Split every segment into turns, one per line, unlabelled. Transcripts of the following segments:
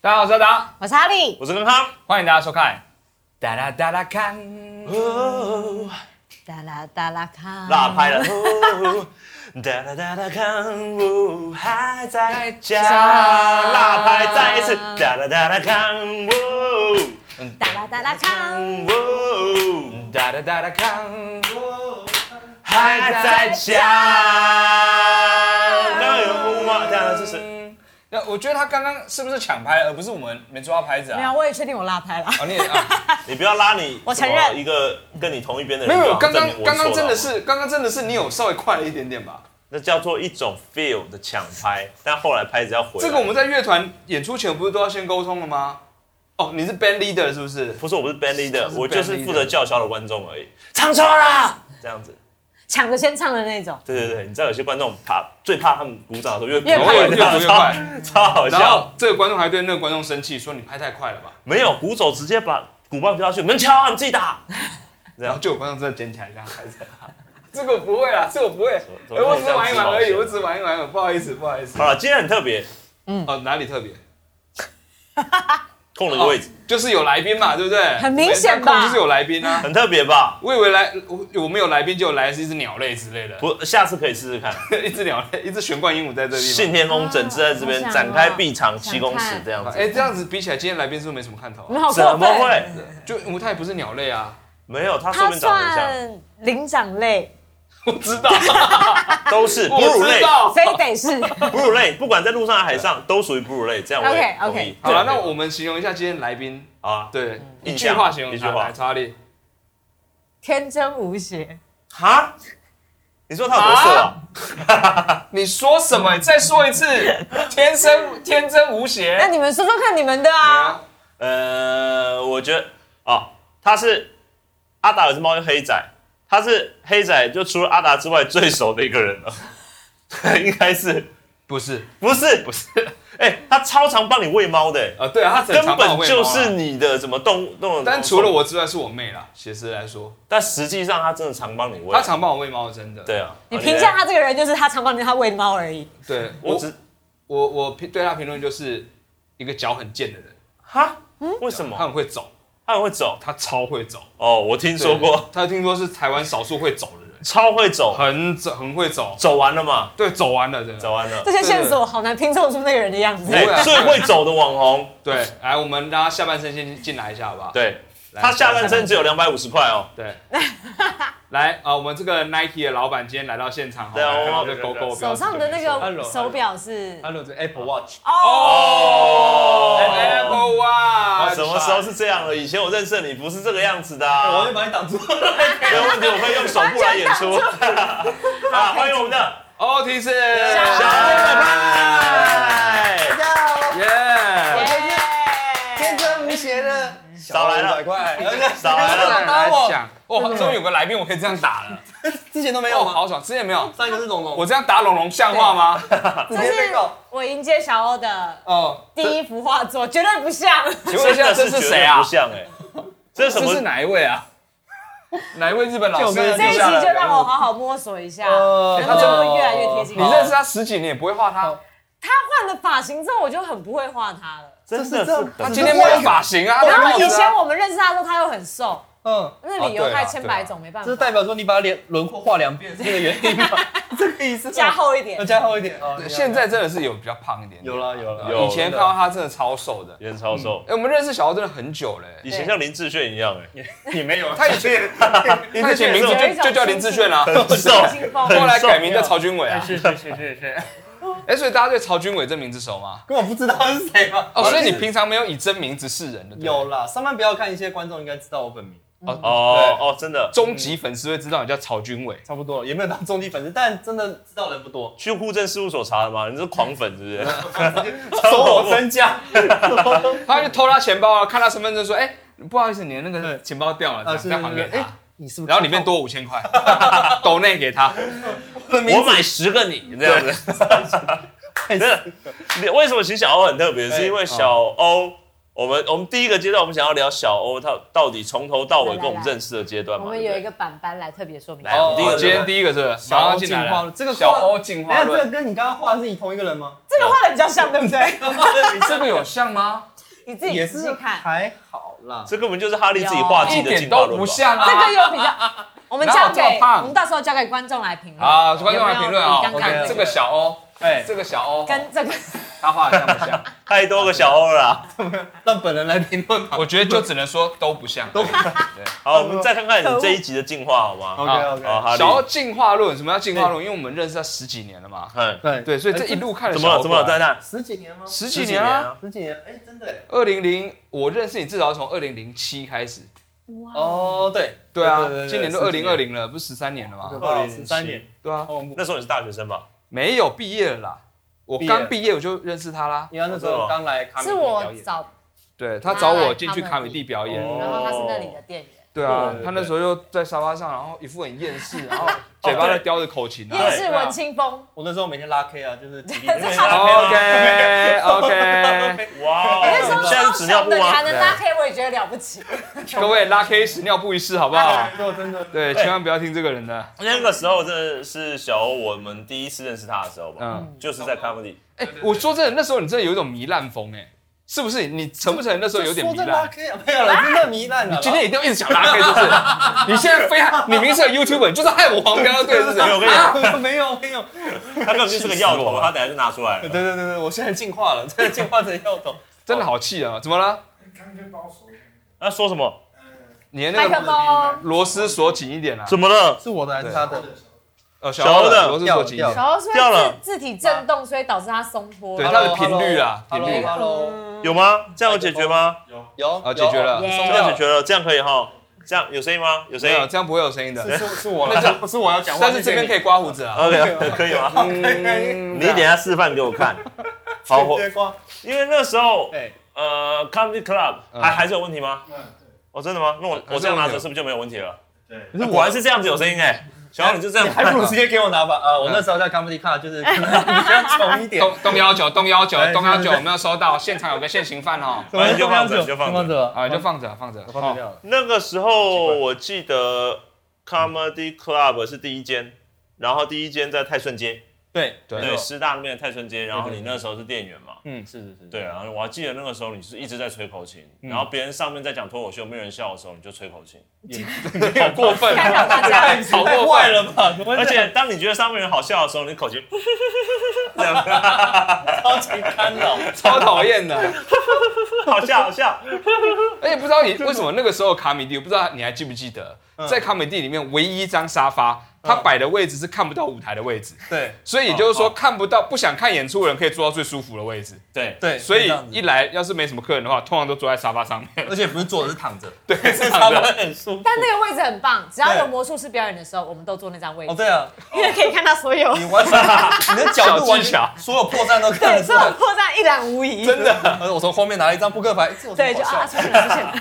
大家好，我是阿达，
我是哈利，
我是康康。
欢迎大家收看《哒啦哒啦看》。
哦，
哒啦哒啦看，
辣拍了。哦哒哒哒哒，看我还在家。辣拍，再一次。哒哒哒哒，看我。
哒啦哒啦 看，
我
哒啦哒啦看，
还在家。刚刚有雾吗？哒，这是。
那我觉得他刚刚是不是抢拍，而不是我们没抓拍子
没有，
啊？
我也确定我辣拍了。
哦，你也 啊，
你不要拉你，
我承认
一个跟你同一边的啊
没
人。
有，没有
就好
刚
证
刚
明我
刚刚
错
真
了
的是，刚刚真的是你有稍微快了一点点吧？
那叫做一种 feel 的抢拍，但后来拍子要回来。
这个我们在乐团演出前不是都要先沟通了吗？哦，你是 band leader 是不是？
不是，我不是 band leader，
是
我就
band
是
leader
负责叫嚣的观众而已。唱错啦，这样子。
抢着先唱的那种，
对对对，你知道有些观众怕最怕他们鼓掌的时候越鼓
越拍
越
越
大
鼓越
超
快
超好
然后
笑。
这个观众还对那个观众生气，说你拍太快了吧？
没有鼓手直接把鼓棒丢下去，你们敲啊，你们自己打。啊
然后就有观众真的捡起来这样拍着。这个我不会啦，这个我不会，
怎么
哎，我只是玩一玩而
怎么可以这
已，
样子
我只是玩一玩而已，不好意思，不好意思
好。了，今天很特别，
嗯
哦，哪里特别？哦
空了一个位置，
就是有来宾嘛，对不对？
很明
我
显吧
们这样控就是有来宾啊。
很特别吧？
我以为来，我我们有来宾就有来是一只鸟类之类的，
不，下次可以试试看。
一只鸟类，一只玄冠鹦鹉在这里
信
嘛。
天宫整治在这边
啊好想
展开
哦
臂长
想
七公尺
看
这样子。
哎，这样子比起来，今天来宾是不是没什么看头啊？
你们好过
怎么
分。
会？
就我它也不是鸟类啊，
没有，他说
他
明长得很像，
算灵长类，
我知道，
都是 哺乳
我知
类，
道。
非得是
哺乳类，不管在路上还是海上，都属于哺乳类。这样我也
OK，OK
同意。
好了，那
对
我们形容一下今天来宾，
好啊，
对，一
嗯
印
句
象
话形容
一句
他，
话
来，查理，
天真无邪。
哈，你说他有多色啊？
你说什么？你再说一 次，天生天真无邪。
那你们说说看你们的啊，
啊
呃，我觉得哦，他是阿达有只猫叫黑仔，他是黑仔就除了阿达之外最熟的一个人了， 应该是
不是
不是不是？ 哎、他超常帮你喂猫的、
啊，对啊，他整
根
常帮
本
我喂猫
就
啊
是你的什么动物动物。
但除了，我之外是我妹啦，写实来说，
但实际上他真的常帮你喂。
她常帮我喂猫，真的。
对啊，
你
而且
评价他这个人就是他常帮着他喂猫而已。
对，我
我
只
只
我我评对她评论就是一个脚很贱的人，
哈，
嗯
为什
她
么
很会走，
他很会走？
她超会走。
哦，我听说过，
她听说是台湾少数会走的人，
超会走，
很走很会走。
走完了嘛，
对，走完了真的。
走完了
这。些线索好难拼凑出那个人的样子。
哎
不会啊，
最会走的网红，
对，来，我们让她下半身先进来一下，好不好？
对
来，
他下半身只有两百五十块哦。
对，来啊，我们这个 Nike 的老板今天来到现场，好
对啊
来
我
看到这狗狗
手上的那个
Hello，
手表是
Hello，这 Oh Apple Watch
哦，
Apple
我
Watch，
什么时候是这样了？以前我认识你不是这个样子的、啊。
把你挡住。
没有问题，我会用手部来演出。 啊，欢迎我们的
哦，提示
小
小
可
派，
派，
哎
耶！
耶
真无邪的，
少来了
500块，
少来了。
打我！哇，终于有个来宾，我可以这样打了，
之前都没
哦，
有吗？
好爽！之前没有，
上一个是龙龙，
我这样打龙龙像话吗？
直
这
接
是
被告。
我迎接小欧的
哦，
第一幅画作，绝对不像。
请问一下，这是谁
真的绝对
啊
不？像哎、这是什
这是
么？
哪一位啊？哪一位日本老师？
这一集就让我好好摸索一下，
呃
能不能越来越贴近
你认识他十几年，也不会画
哦
他。
他换了发型之后，我就很不会画他
哦
了。
真的
这是这
是
他
很
今天没有发型啊，
然后
没有
以
帽子啊
前我们认识他的时候，他又很瘦，
嗯，
哦
那理由太千百种，没办
这是
法。
代表说你把脸轮廓画两遍是这个原因吗？ 这个意思吗。
加厚一点
要，加厚一点哦。
对
要
现在真的是有比较胖一点点，呃
有了有了
有
以前看到他真的超瘦的。
人超瘦，
哎，我们认识小欧真的很久嘞。
以前像林志炫一样哎、
你没有，他啊以前
林
他以前名字
有一
就
种
就叫林志炫啊，
很瘦，
清风
后来
瘦
改名叫曹君伟啊。
是是是是是，
哎，所以大家对曹君伟这名字熟吗？
根本不知道是谁吗？
哦，所以你平常没有以真名字示人的，对不对
有啦，上班不要看一些观众应该知道我本名，
哦哦，真的，，
终极粉丝会知道你叫曹君伟。
差不多了，也没有当终极粉丝，但真的知道人不多
去户政事务所查的吗？你是狂粉是不是？
收 我身价。
他就偷他钱包啊，看他身份证说，哎，不好意思，你的那个钱包掉了，这
啊
样再还给他。，
你是不是？
然后里面多五千 块，抖内给他。
本名
我买十个你这样子，
太
没有， 为什么其实小欧很特别？
哎
对
是因为小
哦
欧，我们我们第一个阶段我们想要聊小欧，他到底从头到尾
来来
跟我们
来
认识的阶段
我
嘛。
们
对不
有
对
一个板板来特别说明。
来我们第一个
哦今天第一个是不是
小欧
马上进来
进化
了
论这个
小欧进
哎
化
呀，这个
论，
跟你刚刚画的是你同一个人吗？
这个画的比较像，对不对？
这个有像吗？
你自己
也
仔细
是
啊
看，
还好啦。
这根本就是哈利自己画自
一
己的
点
进化
都
论
不
吧。
像
这
啊
个！有比 较。我们交
哪有这么
给
胖
我们到时候交给观众来评论
啊，观众来评论啊
有没有比刚刚那
，OK，
个
这个小欧，
哎，
这个小欧，
跟这个
他画的像不像？
太多个小欧了啊。
让本人来评论 吧。
我觉得就只能说都不像。
都
好，我们再看看你这一集的进化好吗？
OK OK，
好，哈
哎小欧
利，
进化论，什么叫进化论？因为我们认识他十几年了嘛。
嗯，
对哎
对，所以这一路看了
怎么了？
小欧
怎么了？
过来
在那
十几年吗？
十几年啊，，
十几年，哎，真的耶。
二零零，我认识你至少从二零零七开始。
哇，
哦，对，
对啊，今年都二零二，零了，不是十三年了吗？
二零三年。
对啊，
哦，
那时候你是大学生吧？
没有毕业了啦，我
毕业
刚毕业我就认识他啦。
因为那时候刚来卡米
是
蒂表
我
演，
找，
哦对他找我进去卡米蒂表演，
哦
然后他是那里的店员。
对啊
对，对
他那时候又在沙发上，然后一副很厌世，
哦
然后 嘴巴在叼着口琴啊。
夜
对
市文清风，
我那时候每天拉 K 啊，就是体力。
OK OK，
哇
我那时候
哦，现在
超
是纸尿
小
布
的，你还
吗？
能拉 K，我也觉得了不起。
各位拉 K 屎尿布一试好不好？
就真的，
对，千万不要听这个人的。
那个时候真的是小欧，我们第一次认识他的时候吧，
嗯，
就是在 comedy。
哎，我说真的，那时候你真的有一种糜烂风哎，是不是？你承不承认那时候有点
说这
糜
拉
烂？
K 啊，没有了，真的糜烂了。
今天一定要一直想拉 K 就是， 你现在非害，你明是个 YouTuber，你就是害我黄标对是不是
没？有，我跟你讲，
没有没有，
他根本就是个药头，他等下就拿出来
对
了。
对对对，我现在进化了，真的进化成药头。
真的好气啊！怎么了？
刚跟包手，
那说什么？
你的那
麦克
个
风，
螺丝锁紧一点啊！
怎么了？
是我的还是他的？
呃，
小欧的
螺丝锁紧一点。
然后是因
掉了
为字字体震动，所以导致它松脱。嗯
对它的频率啊频率
Hello，
有吗？这样有解决吗？
有
有
啊解决了
有
这
松
样
掉
解决了，这样可以哈？这样有声音吗？有声
没有，
音。
这样不会有声音的。
是是是我了， 不是我要讲话，
但是这边可
以。
以刮胡子啊。
OK，可以吗？
嗯
你等一下示范给我看。 好，我
直接刮。
因为那时候
哎，
呃，comedy club
嗯
还还是有问题吗？
嗯，
哦，真的吗？那我
还是有
我这样拿着
问题
是不是就没有问题了？
对
是
对，
我
果然是这样子有声音 哎，小王你就这样
你， 还不如直接给我拿吧。啊，我那时候在 comedy club 就是 比较穷一 点。
东东幺九，东幺九，
哎
东幺九，
是是
我们要收到，现场有个现行犯哦。
怎么
你就放着
这样子
就放着
这样子
啊，
啊
就放着，放着。
我放
哦
掉了。
那个时候我记得 comedy club 是第一间，然后第一间在泰顺街，
对
对
对，师大那边的泰顺街，然后
对
你那时候是店员嘛。
嗯，是是是，
对，啊然后我还记得那个时候你是一直在吹口琴，然后别人上面在讲脱口秀，没有人笑的时候，你就吹口琴，
好过分
干扰
啊！
大家。
好
太
过
坏
分。啊
了吧？怎么
而
会这样
且当你觉得上面人好笑的时候，你口琴 这样
超级干扰，
超讨厌的，
好笑好笑，
而且不知道你为什么那个时候卡米蒂，我不知道你还记不记得，在卡米蒂里面唯一一张沙发，它摆的位置是看不到舞台的位置，
对
所以也就是说
哦
看不到不想看演出的人可以坐到最舒服的位置。
对，
对，
所
是
以
这样子
一来要是没什么客人的话，通常都坐在沙发上 面。
而且不是坐着是躺着，
对，是
他
躺
们
着。
很舒服。
但那个位置很棒，只要有魔术师表演的时候，我们都坐那张位
哦
置，
对啊，
因为可以看到所有
你 完全你的角度完
小技
全
巧
所有破绽都看
对
得出
所有
来，
破绽一览无遗。
真的。而且我从后面拿了一张扑克牌，哎这有什
对，
么
就
好笑
啊，出
的？
现了出现了。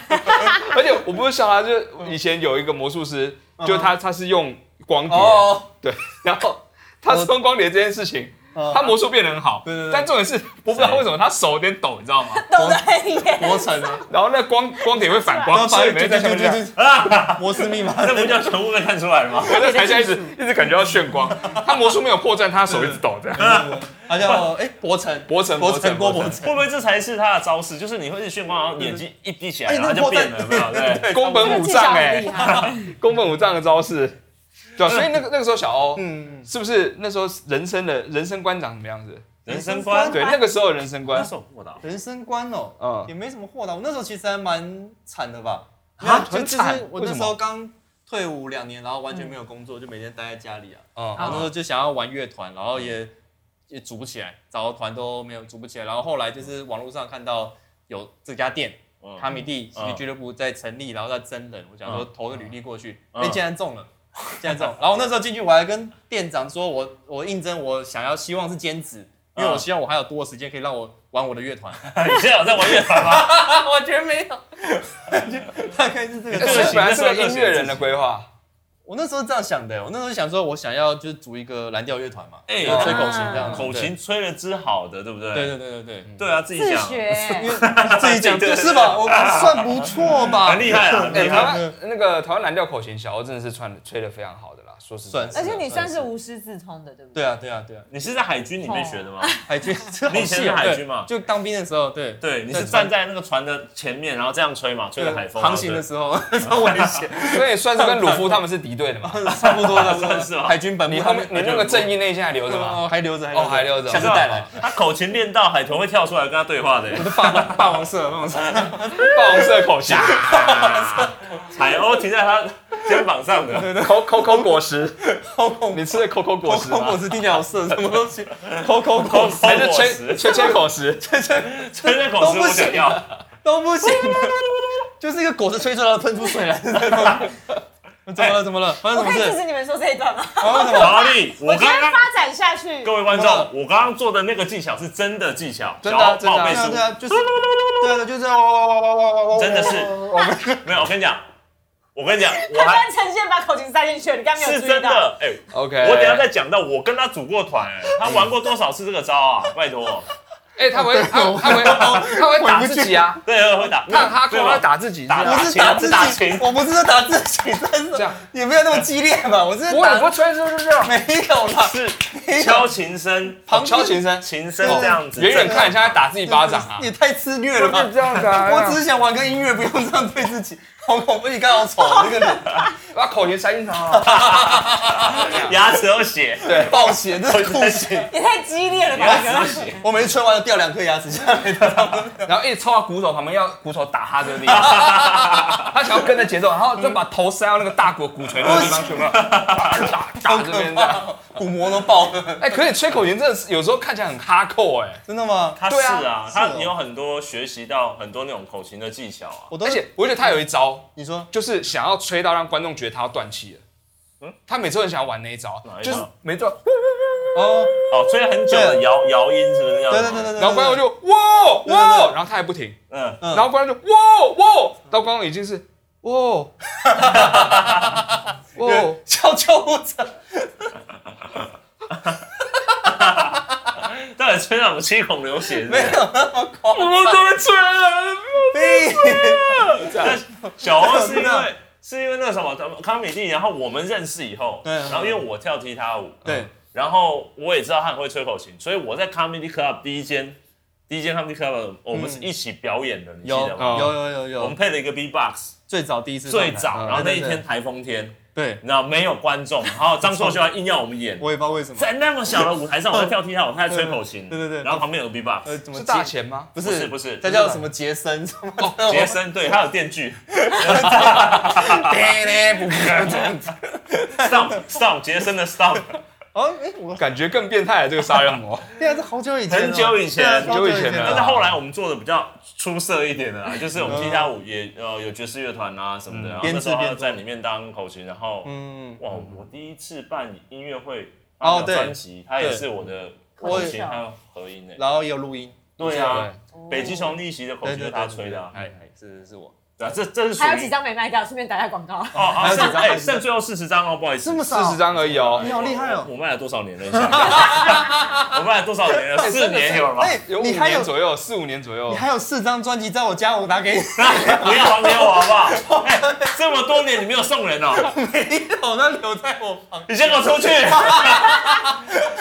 而且我不是笑他，就是以前有一个魔术师，就他他是用光碟，
嗯哦，
对，然后他是用光碟这件事情，他
他
魔术变得很好，
嗯对对对
但重点是我不知道为什么他手有点抖，你知道吗？
懂得耶，
磨成 啊，
然后那光光碟会反光，所以没在下面这样。
对，摩斯 密码，
这啊不就全部被看出来了吗？
我在台下一直一直感觉到眩 光，他魔术没有破绽，他手一直抖着。
他叫哎博成，
博成
博成郭博
成，
成，
会不会这才是他的招式？就是你会一直炫光，然后眼睛一闭起来，
哎
然后
那
就
个
变了，有没有？ 对。
宫本武
技
藏
巧
哎
很厉、 害。
宫本武藏的招式，对、啊，所以那个那个时候小欧，
嗯，
是不是那时候人生的人生观长什么样子？
人生观，
对，那个时候的人生观
那，时候我的啊
人生观哦，
嗯
也没什么豁达，我那时候其实还蛮惨的吧，
啊
就
很
就
惨
是我
为什么
那时候刚退伍两年，然后完全没有工作，就每天待在家里啊，然后那时
嗯，
候就想要玩乐团，然后也也组不起来，找的团都没有组不起来，然后后来就是网络上看到有这家店
嗯
卡米蒂喜剧俱乐部在成立，然后在真人，我
哦
想说投个履历过去，
嗯
哎，竟然中了。 竟然中了。然后那时候进去，我还跟店长说我，我应征，我想要希望是兼职，
啊
因为我希望我还有多的时间可以让我玩我的 乐团。
嗯你现在有在玩乐团吗？
我觉得没有，大概是这个
所
个
以
性
本来是个音乐人的规划，
我那时候这样想的、我那时候想说，我想要就是组一个蓝调乐团嘛，
哎
就吹口琴这样子，
口琴吹了支好的，对不对？
对，对对对对对，
对啊，自己
自
讲，
学欸，
自己讲
对对对
就是吧，我算不错吧，
很厉害 啊，很
哎、
厉
台
害。
湾那个台湾蓝调口琴小欧真的是穿吹的非常好的啦，说实在
算，是
而且你算是无师自通的，对不对？
对啊对啊对啊，
你是在海军里面学
哦
的吗？
海军， 这好
你以前
细
是
哦
海
对
军嘛
就当兵的时候，对
对，你是
船
站在那个船的前面，然后这样吹嘛，吹着海风。啊
航行的时候，超危险，
所以算是跟鲁夫他们是敌对的嘛。
差不多的，
算是吧
海军本部
你后面你那个正义内线还留着吗？
哦还留着，还
哦，还留着哦。
下次带来。
候，他口琴练到海豚会跳出来跟他对话的。
我的霸王霸王色，霸王色，
爆红色口琴，
海鸥停在他肩膀上的，
口口口果实，
好恐怖
你。吃的口口果实
抠
吗
果？实听起来好色，什么东西？抠抠抠
还是
口果
吹
实
吹吹口实？
吹在口时
都不
我
行
想要。
都不行，就是一个果实吹出来喷出水来的那种。怎么了？怎么了？发
我
生什
可以
么
制
事？
止你们说这一段吗？
发生什么？
华丽，我
我觉
刚
得
刚
发展下去，
各位观众
怎么了，
我刚刚做的那个技巧是真的技巧，
真的啊
小
真
报背
对啊，
书
对啊，就是，对啊，对啊就这样，哇哇哇哇哇哇哇！
真的是
我们
没有。我跟你讲，我跟 你讲，我
他
还
刚呈现把口琴塞进去，你刚没有
是
注
真
意到。
的。哎，
OK，
我等一下再讲到，我跟他组过团，哎他玩过多少次这个招啊？拜托，
哎，他会他会他会他会打自己 啊，
对，会打，
看他
对
扣
吧
他打自己，
打
是
我
吧
是打自
打
己
拳，
我不是在打自己，但是
这样
也没有那么激烈吧？我是
不会
打
不会吹吹吹吹，
没有啦，
是敲琴声，哦
旁
敲
边啊
琴声，
琴声这样子，
远远看像在打自己巴掌啊
你，太自虐了吧
就？这样子啊，
我只是想玩个音乐，不用这样对自己，好恐怖！你看好丑，那个脸
把口琴塞进去啊，
牙齿有血，啊
对，
暴血，这是酷
牙
刑。
齿
也太激烈了吧！
有血，
我每次吹完就掉两颗牙齿下来的，
然后一直凑到鼓手旁边，要鼓手打他这个 地方，他想要跟着节奏，然后就把头塞到那个大鼓鼓槌那个地方，全部打打打这边这样。
哦鼓膜都爆了。
哎，可是你吹口琴真的是有时候看起来很哈扣哎，
真的吗？
他
对
是
啊
啊，
是
他
哦
有很多学习到很多那种口琴的技巧啊。
我都
而且我觉得他有一招，
你说
就是想要吹到让观众觉得他要断气了。
嗯
他每次都很想要玩那一招啊
哪，一
就
招
是每次，
哦，
哦，吹了很久的
对啊
摇摇音是不是那样？
对对对对，对，
然后观众
就
就哇
对对
哇，
对
然后他还不停，
嗯，
嗯
然后观众就哇哇，到观众已经是哇哇，
叫救护车，
到底吹到我们七孔流血是不
没
是？
有那么夸
我们都会吹了。
张。
但小欧是 因
真的
为是因为那个什么，咱们康米蒂，然后我们认识以后，
对啊
然后因为我跳踢踏舞，
对，
然后我也知道他很会吹口琴，所以我在 Comedy Club 第一间第一间 Comedy Club 我们是一起表演的，你记
有
得吗？
哦
有有有
我们
有，
配了一个 B box，
最早第一次上台
最早，
嗯
然后那一
对对
天台风天，
对，
你知道没有观众，然后张硕修还硬要我们演，
我也不知道为什么，
在那么小的舞台上，我在跳踢踏舞，他在吹口琴，
对对对对
然后旁边有个 B box，
呃，怎么
是大
杰
钱吗？
不
不是
是
不是
这叫什么杰森什么的？
杰森对，他有电锯，stop stop，杰森的 stop，
哦，哎，我
感觉更变态了，这个杀人魔。
对啊，这好久以前了，
很久以前
对啊
很久以前了
但是后来我们做的比较出色一点的
嗯
啦，就是我们踢踏舞也呃有爵士乐团啊什么的，然后
编
那
制
时候还
编
有
制
在里面当口琴，然后
嗯，
哇，我第一次办音乐会
哦
发表
对
专辑，他也是我的口
我
琴
也
还有合音诶，
然后也有录音，
对啊，
哦
北极熊逆袭的口琴
对
就
对
他吹的啊，
哎哎，是是我，
对啊，这这是属于
还有几张没卖掉，顺便打下广告。
哦啊，
还有几
剩
张
哎剩最后四十张哦，不好意思，
这么
四
少，
十张而已哦
你，好厉害哦
我卖了多少年了？ 你想一下我卖了多少年了？四年有了吧？
哎
有五
你还有
年左右，四五年左右
你。还有四张专辑在我家，我拿给你。
不要还给我好不好？哎，这么多年你没有送人哦，
没有，那留在我旁。
你先给我出去。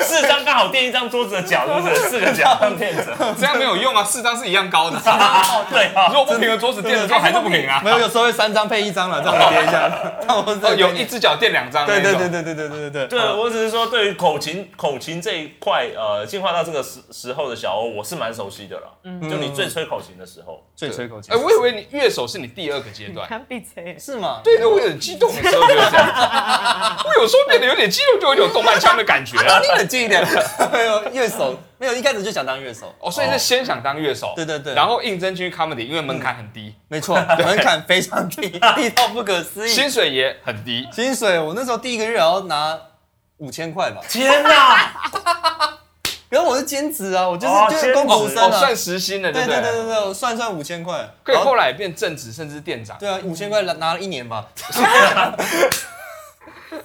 四张刚好垫一张桌子的脚，是不 是？四个脚当垫子。
这样没有用啊，四张是一样高的。
对啊
如，果不平的桌子垫着之后还是不平啊。
没有，有时候会三张配一张了，这样我叠一下。那我
哦，
这
有一只脚垫两张。
对对对。对对对对对
对，啊我只是说对于口琴口琴这一块，呃，进化到这个时时候的小欧，我是蛮熟悉的了。
嗯
就你最吹口琴的时候，
最吹口琴
哎，。我以为你乐手是你第二个阶段。
看闭嘴。
是吗？
对对，我有点激动的时候就会这样。我有时候变得有点激动，就有一种动漫腔的感觉。
啊，你冷静一点。 没有乐手，没有一开始就想当乐手，
哦，所以是先想当乐手，
对对对
然后应征进去 comedy，因为门槛很低，
没错，门槛非常低， 低到不可思议。
薪水也很低。
薪水我那时候第一个月好像拿五千块吧，
天哪！
可是我是兼职啊，我就
哦
是就是工读
兼职
生
哦，
啊
算。时薪了，
对
不
对对
对？
对哦对，我算算五千块，
可以
然后
后来也变正职，甚至店长。
对啊，五千块拿拿了一年吧。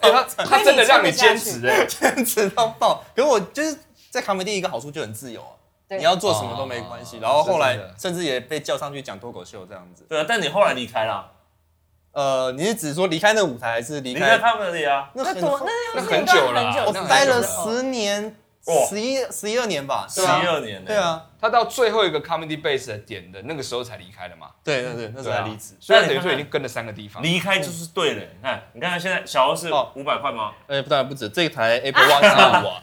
欸他他真的让你坚持 哎，
坚持到爆。可是我就是在卡梅地一个好处就很自由啊，
对
你要做什么都没关系。
哦
然后后来
是真的
甚至也被叫上去讲脱口秀这样子。
对啊，但你后来离开了，
呃，你是指说离开那舞台，还是离
离开
开？
他们那里啊，
那
那
很
多那
那
是
很
一段
久了啊
很
我
久
那
的
待了
时候
十年
哇，
十一哦十一二年吧，
十
对
一
啊，
二年呢
对，啊，
他到最后一个 comedy base 的点的那个时候才离开的嘛，
对对对，那时
对
候
啊
还离职。
所以他
那你
等于
看
说
看
已经跟了三个地方。
离开就是对了。你看，你看现在小欧是
哦
五百块吗？
呃，当然不止，这台 Apple Watch 上我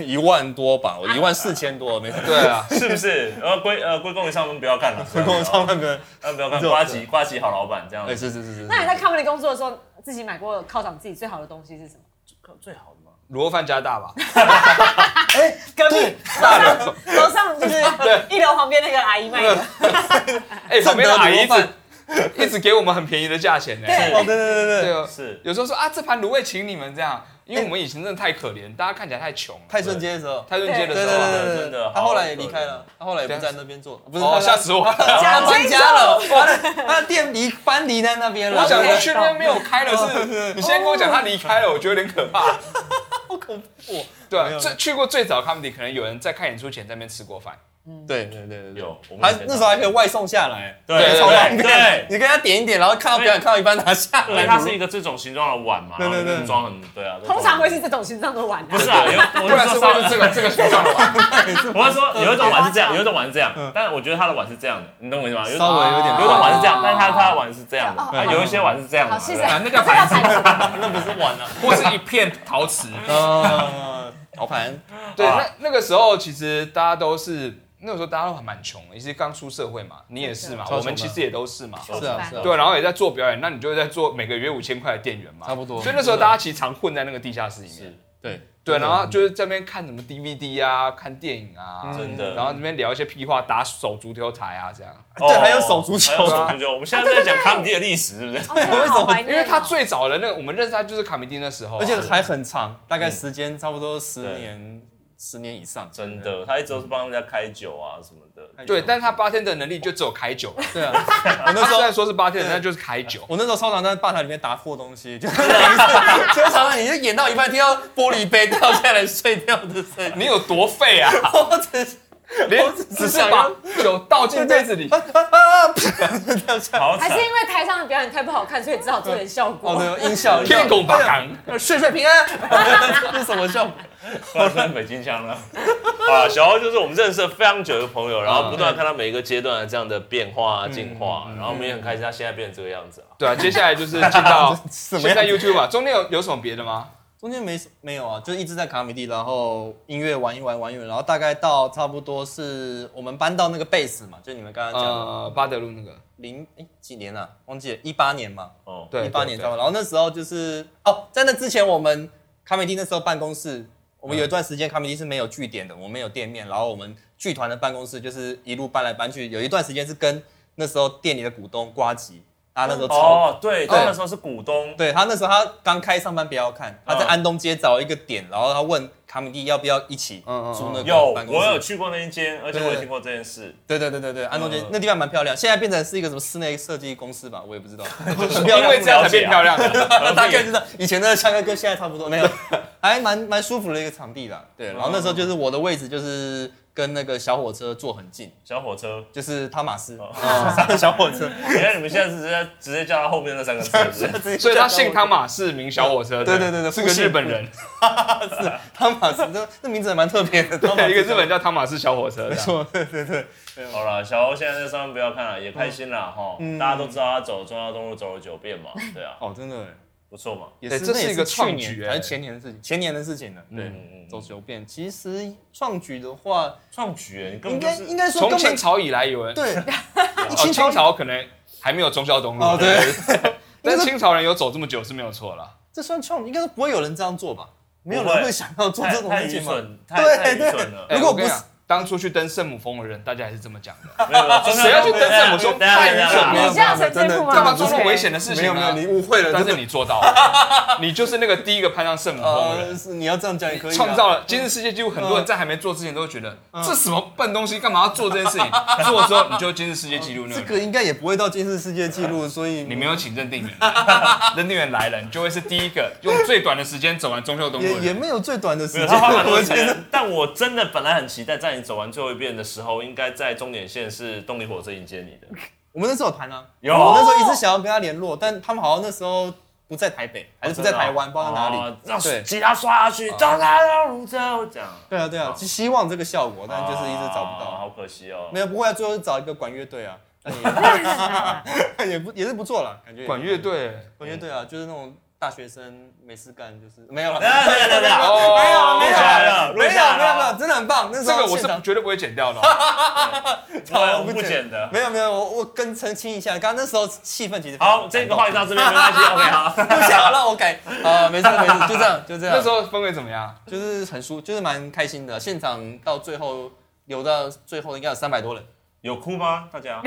一万多吧，我一万四千多，没错。
对啊，
是不是？然后归呃归功于上们不要干了，
跟 我上半个，
呃不要干，瓜吉瓜吉好老板这样
哎，
子。
是是是是。
那你在 comedy 工作的时候，自己买过犒赏自己最好的东西是什么？
最好的吗？
罗范加大吧，
哎，
隔
对
壁楼上楼上就是一楼旁边那个阿姨卖的，
哎，旁边的阿姨一
正德
直 一直给我们很便宜的价钱呢。哎
对
哦，对对对
对
对，
哦，
是
有时候说啊，这盘卤味请你们这样，因为我们以前真的太可怜，大家看起来太穷了。
泰顺街的时候，
泰顺街的
对
时候
对
啊，
对对
真
对
的，
他后来也离开了，他后来也不在那边做，不是
哦，吓死我！
他
我
他
讲
搬
清楚
家了，他的 他的店离搬离在那 边了，
想
对
说去那边没有开 了，是你现在跟我讲他离开了，我觉得有点可怕。
哦好恐怖，哦
对
没
啊，
有
最去过最早 comedy，可能有人在看演出前在那边吃过饭。
对对对对，
有，我们
还
以前
那时候还可以外送下来，
对
对
超方
对
便
对，
你跟他点一点，然后看到表演看到一半拿下
对，
来，
它是一个这种形状的碗嘛，
对
然后
对对
里面装很对啊。
通常会是这种形状的碗啊。
不是啊？ 有
不
我
然
是
是
说
为了这个这个形状的吧？
我是说有一种碗是这样，
嗯
有一种碗是这样，但我觉得它的碗是这样的，你懂我意思吗？有一
稍
种
微有点
啊
有一种碗是这样，但是它它的碗是这样的
哦，
啊有一些碗是这样的
好，
嘛。
谢
对
谢。
不对
啊那叫
这
盘
叫
子
盘子。
那不是碗啊，
或是一片陶瓷。
呃，摇盘，
对，
啊
那那个时候其实大家都是那个时候大家都还蛮穷的，其实刚出社会嘛，你也是嘛，
啊超穷的
我们其实也都是嘛。
是啊是啊，
对，然后也在做表演，那你就会在做每个月五千块的店员嘛，
差不多
所以那时候大家其实常混在那个地下室里面，
对
嗯
对，然后就是在那边看什么 DVD 啊，看电影啊，
嗯真
嗯
的
然后那边聊一些屁话，打手足球台啊这样。
对还有手足球
哦
啊
还有手足球。我们现
啊
在在讲卡米蒂的历史，是不是？
哦真的好怀念
嗯
哦
因为他最早的那个，我们认识他就是卡米丁的时候啊、
而且还很长，大概时间差不多十年，十年以上，
真的，他一直都是帮人家开酒啊什么的。
对，但是他八天的能力就只有开酒，
对 啊，我
他
那时
虽
候
然说是八天，但就是开 酒。
我那时候超常在吧台里面打破东西，就是常常 你就演到一半听到玻璃杯掉下来碎掉的声音，
你有多废 啊？
我只是
连
只是
只是
想
把
要
酒倒进杯子里，
啊啊啊啪掉下来。
好
还
惨
是。因为台上的表演太不好看，所以只好做点效
哦，
果。
对，音效，
天公八港。
睡睡平安，这是什么效果？
换成北京腔了。 啊，小欧就是我们认识了非常久的朋友，然后不断看他每一个阶段的这样的变化、啊、进化，然后我们也很开心他现在变成这个样子啊。
对啊，接下来就是进到
什么
现在
样？
YouTube 吧，中间有有什么别的吗？
中间没没有啊，就一直在卡米蒂，然后音乐玩一玩玩一玩，然后大概到差不多是我们搬到那个贝斯嘛，就你们刚刚讲的
呃，巴德路那个，
零哎几年啊，忘记了一八年嘛，
哦，
对，
一八
对
年
对
差不多。然后那时候就是哦，在那之前我们卡美蒂那时候办公室，我们有一段时间卡美蒂是没有据点的，我们没有店面，然后我们剧团的办公室就是一路搬来搬去，有一段时间是跟那时候店里的股东瓜吉，他那时候超。
哦，对，他那时候是股东，
对他那时候，他刚开上班不要看，他在安东街找一个点，然后他问卡米蒂要不要一起
嗯嗯嗯
租那
有
个办公
我
室。
有去过那一间，而且我也听过这件事。
对对对对对，安东街、
嗯
那地方蛮漂亮，现在变成是一个什么室内设计公司吧，我也不知道。
因为这
啊
样才变漂亮的。
大概知道以前的唱歌跟现在差不多，没有，还蛮蛮舒服的一个场地啦。对，然后那时候就是我的位置就是跟那个小火车坐很近，
小火车，
就是汤马斯，
小火车，你看你们现在是直接直接叫他后面那三个字，是不是
所以他姓汤 马士，名小火车。
对对对对
是个日本人，
汤马斯，这这名字也蛮特别的，汤马
对，
斯
一个日本人叫汤马士小火车。没错，
好了，小欧现在在上面不要看了，也开心了哈。大家都知道他走中央东路走了九遍嘛，对啊，
哦，真的
不错嘛。
也
对
是，
这
那也
是一个
去
创
年
举
还
哎
是前年的事情，前年的事情了。对，
嗯嗯
走九遍。其实创举的话，
创举，你根本
应
就
该
是
应该说
从
根
清
本
朝以来有人，
对，啊
哦清
清朝
朝可能还没有忠孝东路。
哦对，
但清朝人有走这么久是没有错了。
这算创，应该是不会有人这样做吧？没有
不
人
会
会想要做
太
这种
太
事
愚
情吗？
蠢，太太
对
愚蠢了。
哎
如果
我
不
跟你
是
讲当初去登圣母峰的人，大家也是这么讲的。
没有没 有真的
谁要去登圣母峰
等一下
太
等一
愚
下
蠢了
等一下
你这样才
真的
最酷吗？
干嘛做那么危险的事情
没有没有，
呢？
你误会了，
但
真
是
的
你做到 了，你就是那个第一个攀上圣母峰的人。
呃，是你要这样讲也可以啊，嗯
创造了今日世界纪录，很多人在还没做之前都觉得这什么笨东西，干嘛要做这件 事情？做了之后你就今日世界纪录那
这
个
个
人。
应该也不会到今日世界纪录，所以
你没有请认定员，认定员来了，你就会是第一个用最短的时间走完中秋东路
也
的
也
人。
没有最短的时
没有
间，
他花蛮多
我觉得
钱，但我真的本来很期待，在你走完最后一遍的时候，应该在终点线是动力火车迎接你的。
我们那时候有谈啊，
有
我那时候一直想要跟他联络，但他们好像那时候不在台北， 还是不在台湾，不知道在哪里
哦。让
对哦
吉他刷下去，找他让走这样。
对啊对啊，就希望这个效果，但就是一直找不
哦
到。
好可惜哦。
没有，不会啊，最后找一个管乐队啊，但也也不也是不错啦，感觉也
管乐队，
管乐队啊，就是那种大学生没事干，就是没有了，
等一下，等一下等一下
哦
没有了，没有
录下来
了，
了
没有
录下来了
没有没有，真的很棒。那时
这
候
个我是
现场
绝对不会剪掉的哦。
我们不剪的。
没有没有，我我跟澄清一下，刚刚那时候气氛其实非常
好，这个话题到这边没关系，OK 好。
不想让我改啊，没事没事，就这样就这 样。
那时候氛围怎么样？
就是很舒，就是蛮开心的。现场到最后留到最后应该有三百多人，
有哭吗？大家？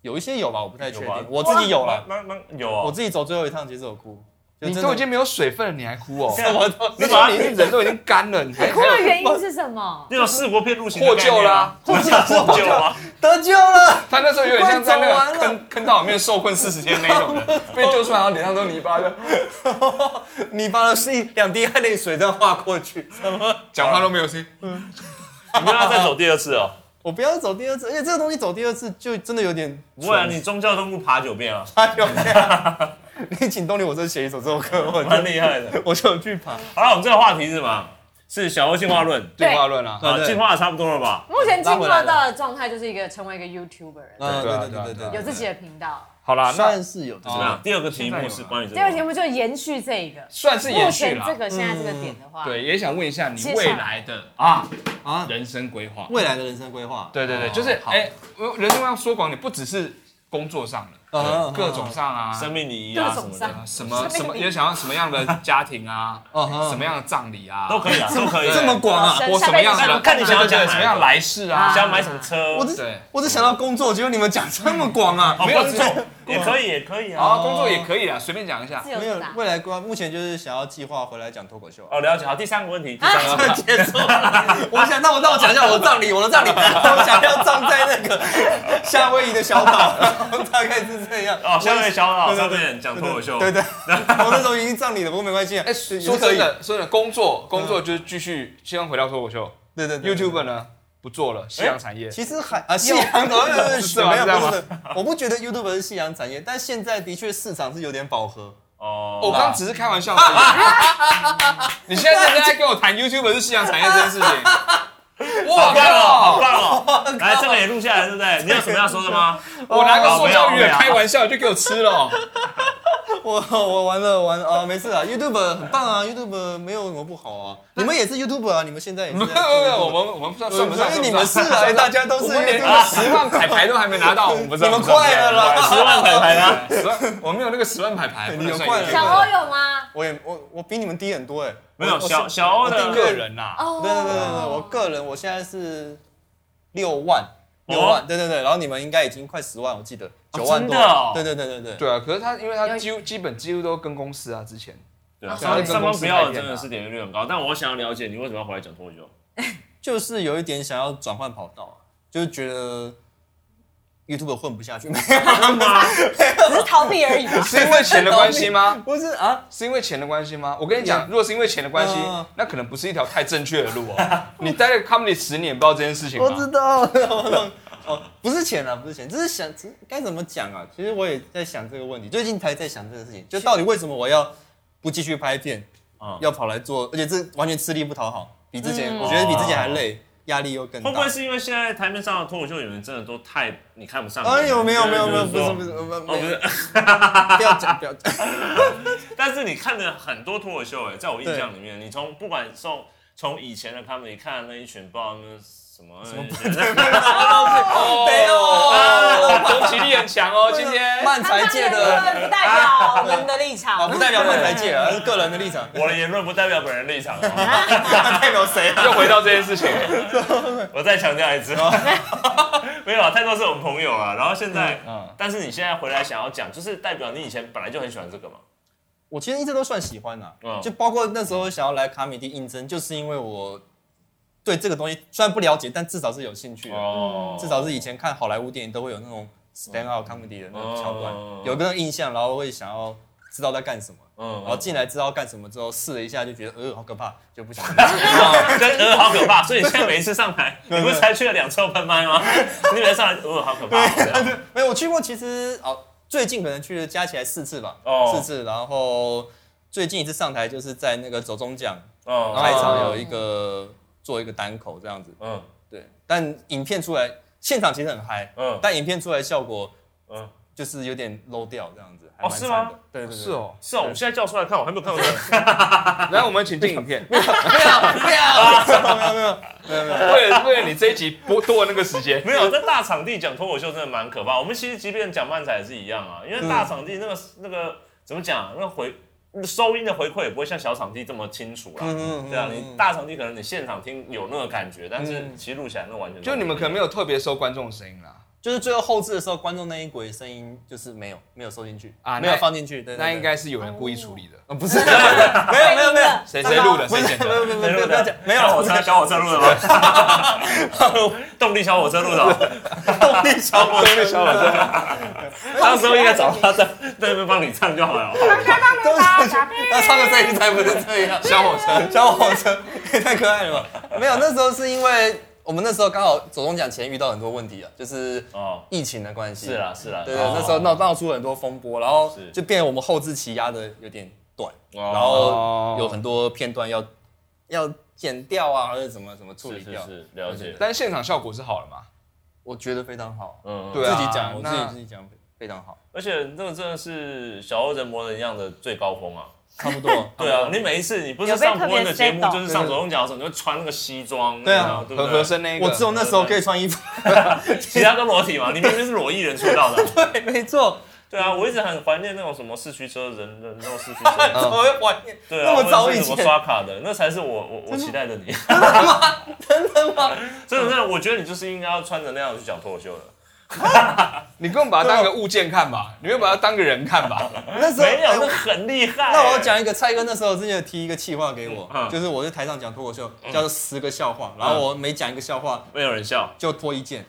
有一些有吧，我不太确
有吧
定。我自己有了，
蛮蛮蛮有
我
哦。
自己走最后一趟其实有哭。就
你
真的
都已经没有水分了，你还哭哦？
什 么都
那时候你是人都已经干了，你还
哭的原因是什么？
那种四国片入刑
获救啦、
啦，获救获救啊！
得救了，
他那时候有点像在
快走
那
完
个
了
坑坑道里面受困四十天那种的，被救出来，然后脸上都泥巴，就
你把是一两滴汗泪水这样划过去。
讲话都没有声音。
你不要再走第二次哦。
我不要走第二次，而且这个东西走第二次就真的有点
不会啊，你宗教动物爬九遍啊，
哎呦这样 你请动力我这写一首这首歌，我
蛮
就
厉害的。
我就有去爬。
好了，我们这个话题是什么？是小欧进化论
对话论啊，
对
啊，
对
进化的差不多了吧？
目前进
拉回
化
来了
到的状态就是一个成为一个 YouTuber，人
嗯，
对啊
对对对
对啊
对
有
对，
自己的频道。
好啦，那
算是有
怎么样？第二个题目是关于这
第二个题
个。
目就延续这一个，
算是
目
延续
前
了
这。个现在这个点
嗯
的话，
对，也想问一下你
接下来
未来的啊
啊
人生规划。
未来的人生规划。
对
哦
对对，就是
好
哎，我人生要说广点，不只是工作上的，
嗯
各种上啊，
生命礼仪啊
各
什
种
么
上
的
啊什么什么也想要什么样 的家庭啊，
嗯嗯
什么样的葬礼啊，
都可以啊，都可以。
这么广啊
下辈子
我什么样
想
的，
干嘛
看你想要讲
对
哪一个
什么样来世啊，
啊
想买什么车？
我
对
只我只想到工作，结果你们讲这么广啊！
哦，
没有
观众也可以，也可以啊。
啊，工作也可以啊，随便讲一下
自。由
没有
自在
未来规划，目前就是想要计划回来讲脱口秀啊。
哦，了解。好，第三个问题，第三个问题，
结束了，我想，那我那我讲一下我的葬礼，我的葬礼，我想要葬在那个夏威夷的小岛，然后大概是这样。
哦，下面小老
对
上
对对
面讲脱口秀，
对对，我那时候已经葬礼了，不过没关系啊。
哎，
是
说真，的，说真的，工作
嗯
工作就是继续，希望回到脱口秀。
对对对
YouTube 呢不做
哎
了，夕阳产业。
其实还啊，夕 阳的
是啊吗
没有
是这样
不
吗
是，我不觉得 YouTube 是夕阳产业，但现在的确市场是有点饱和。
哦，
我刚只是开玩笑而 已。你现在认真在跟我谈 YouTube 是夕阳产业这件事情，
好
哇
棒哦，好
靠！
棒哦！来，这个也录下来，对不对？你有什么要说的吗？
我拿个塑胶
哦
鱼
没有没有
开玩笑就给我吃了哦，
我我完了完了啊、没事啊，YouTube 很棒啊，YouTube 没有什么不好啊。你们也是 YouTube 啊，你们现在也是
没
在
有
做 YouTube 啊。
没有，我们我们算算不上，
所以你们是啊，大家都是
我们连
YouTuber
十万彩排都还没拿到，我们不知道
你们快了啦
十万彩排啦！
十万，我没有那个十万彩排，不能算
你们快了
小欧有吗？
我也我我比你们低很多哎、
没有
我
小小欧的
我
个
个
人呐。
哦，
对对对对
啊
对，我个人我现在是六万六
哦
万，对对对，然后你们应该已经快十万，我记得九万
真
多，
的哦
对对对对对。
对啊，可是他因为他几乎基本几乎都跟公司啊，之前
对啊，
想要
上
跟
上
公
方
司
不要
改
的
变
真的
啊
是点击率很高，但我想要了解你为什么要回来讲脱口 秀？
就是有一点想要转换跑道啊，就是觉得 YouTube 混不下去， 没有，
只是逃避而已吧。
是因为钱的关系吗？
不是啊，
是因为钱的关系吗？我跟你讲，如果是因为钱的关系
嗯，
那可能不是一条太正确的路哦。你待了 comedy 十年，不知道这件事情
我知
吗？
道，我懂。哦，不是钱啊，不是钱，只是想只该怎么讲啊。其实我也在想这个问题，最近才在想这个事情，就到底为什么我要不继续拍片，
嗯
要跑来做，而且这完全吃力不讨好，比之
嗯
前、我觉得比之前还累，压力又更大。
哦会不会是因为现在台面上的脱口秀演员真的都太你看不上？
哎呦，没有没有没有，
就是
不是
说
不是，不是
哦不 是，
不要讲不要 讲，
但是你看了很多脱口秀，哎，在我印象里面，你从不管从从以前的 comedy 看那一群，不知道那什么哎什么
没有，
攻击力很强哦，今天
漫 才界
他
的
们不代表我们的立
啊，
场，
不代表漫才界啊，是个人的立场。
我的言论不代表本人立场、哦。
代表谁 啊？
又回到这件事情了，
我再强调一次，没有啊，太多是我们朋友啊。然后现在，
嗯
但是你现在回来想要讲，就是代表你以前本来就很喜欢这个嘛。
我其实一直都算喜欢的、
嗯
就包括那时候想要来卡米蒂应征，就是因为我对这个东西虽然不了解，但至少是有兴趣的。
哦
至少是以前看好莱坞电影都会有那种 stand out comedy 的那种桥段
哦，
有个那种印象，然后会想要知道在干什么。
嗯
然后进来知道干什么之后，试了一下就觉得，呃，好可怕，就不想。
跟呃好可怕，所以你现在每一次上 台，你不是才去了两次 open mic 吗？你每次上来呃好可怕，这样
没有，我去过，其实哦，最近可能去了加起来四次吧，
哦
四次。然后最近一次上台就是在那个走中奖
哦，
开场有一个做一个单口这样子，
嗯
对。但影片出来，现场其实很嗨，
嗯
但影片出来效果
嗯，
就是有点 low 掉这样子，还
哦
蛮
是
惨
吗
的？对对对，
是哦。
是哦，我现在叫出来看，我还没有看过这个。
来，我们请进影 片，
不要，没有没有没有没有，
为了为了你这一集播多了那个时间，
没有，在大场地讲脱口秀真的蛮可怕。我们其实即便讲漫才也是一样啊，因为
嗯
大场地那个、那个怎么讲，啊那个回收音的回馈也不会像小场地这么清楚啦。
嗯嗯嗯
对啊，你大场地可能你现场听有那个感觉，但是其实录起来那完全
就你们可能没有特别收观众的声音啦，
就是最后后置的时候，观众那一轨声音就是没有没有收进去
啊
啊，没有
那
放进去，对，对
那应
对
该是有人故意处理的。
呃不是，没有没有没有，
谁谁录的？
啊不
谁
是
剪
没有
的？
没
没
有没有
有
不要讲，没有
小火车小火车录的吗？ 动力小火车录的哦，
动力小火车，
小火车
到时候应该找他在在那边帮你唱就好了。哦
动力小火车，那唱的声音才不是 这样，
小火车，
小火车也太可爱了吧？没有，那时候是因为我们那时候刚好走中奖前遇到很多问题啊，就是
哦，
疫情的关系，
是啦是啦，
对对，
哦
那时候闹闹出很多风波，然后
是
就变我们后置期压的有点短，
哦
然后有很多片段要要剪掉啊，或者怎么怎么处
是
理
是
掉。
是了解，
但现场效果是好了嘛？
我觉得非常好，
嗯，
对啊
自己讲，我自
那
己自己讲非常好，
而且那个真的是小欧人模人样的最高峰啊。。
差 不多
对啊，你每一次你不
有
是
被
上
特别
伯恩的节目
set，到
就是上左中脚的时候，你会穿那个西装，
对啊
你知道对不
和
对
和，声那个，嗯
我只有那时候可以穿衣服，
其他都裸体嘛，你明明是裸艺人出道的。啊
对，没错，
对啊，我一直很怀念那种什么市区车人人肉市区 车，
我会怀念
对啊，
那么早
或者
以
是什么
前，
刷卡的，那才是我我我期待的 你。
真的吗？
真的真的，我觉得你就是应该要穿着那样去讲脱口秀的。
你根本把它当个物件看吧，你会把它当个人看 吧？
那时候
没有，
哎
那很厉害。
那我要讲一个蔡哥那时候之前提一个气话给我
嗯，
就是我在台上讲脱口秀，叫做十个笑话，然后我每讲一个笑话，
没有人笑，
就脱一 件，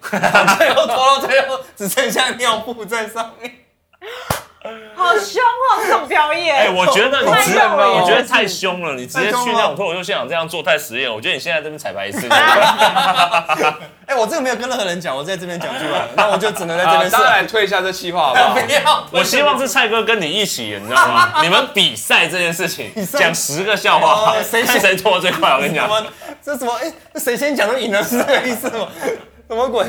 最后脱到最后只剩下尿布在上面。
好凶哦，这种表
哎、
演。
我觉得你
太
直，
肉了
我
耶
觉得太凶了，你直接
太凶
去
了
那种脱口秀现场这样做太实验。我觉得你现在这边彩排一次，
哎、我这个没有跟任何人讲，我在这边讲出 来，那我就只能在这
啊，
边
大家
说。
来推一下这气话好不好？
不要，
我希望是蔡哥跟你一起，你知道吗？你们比赛这件事情，
赛
讲十个笑话，
哦谁
看谁脱得最快。 我跟你
什
讲，
么？这什么？哎、那谁先讲就赢了，是这个意思吗？ 什么鬼？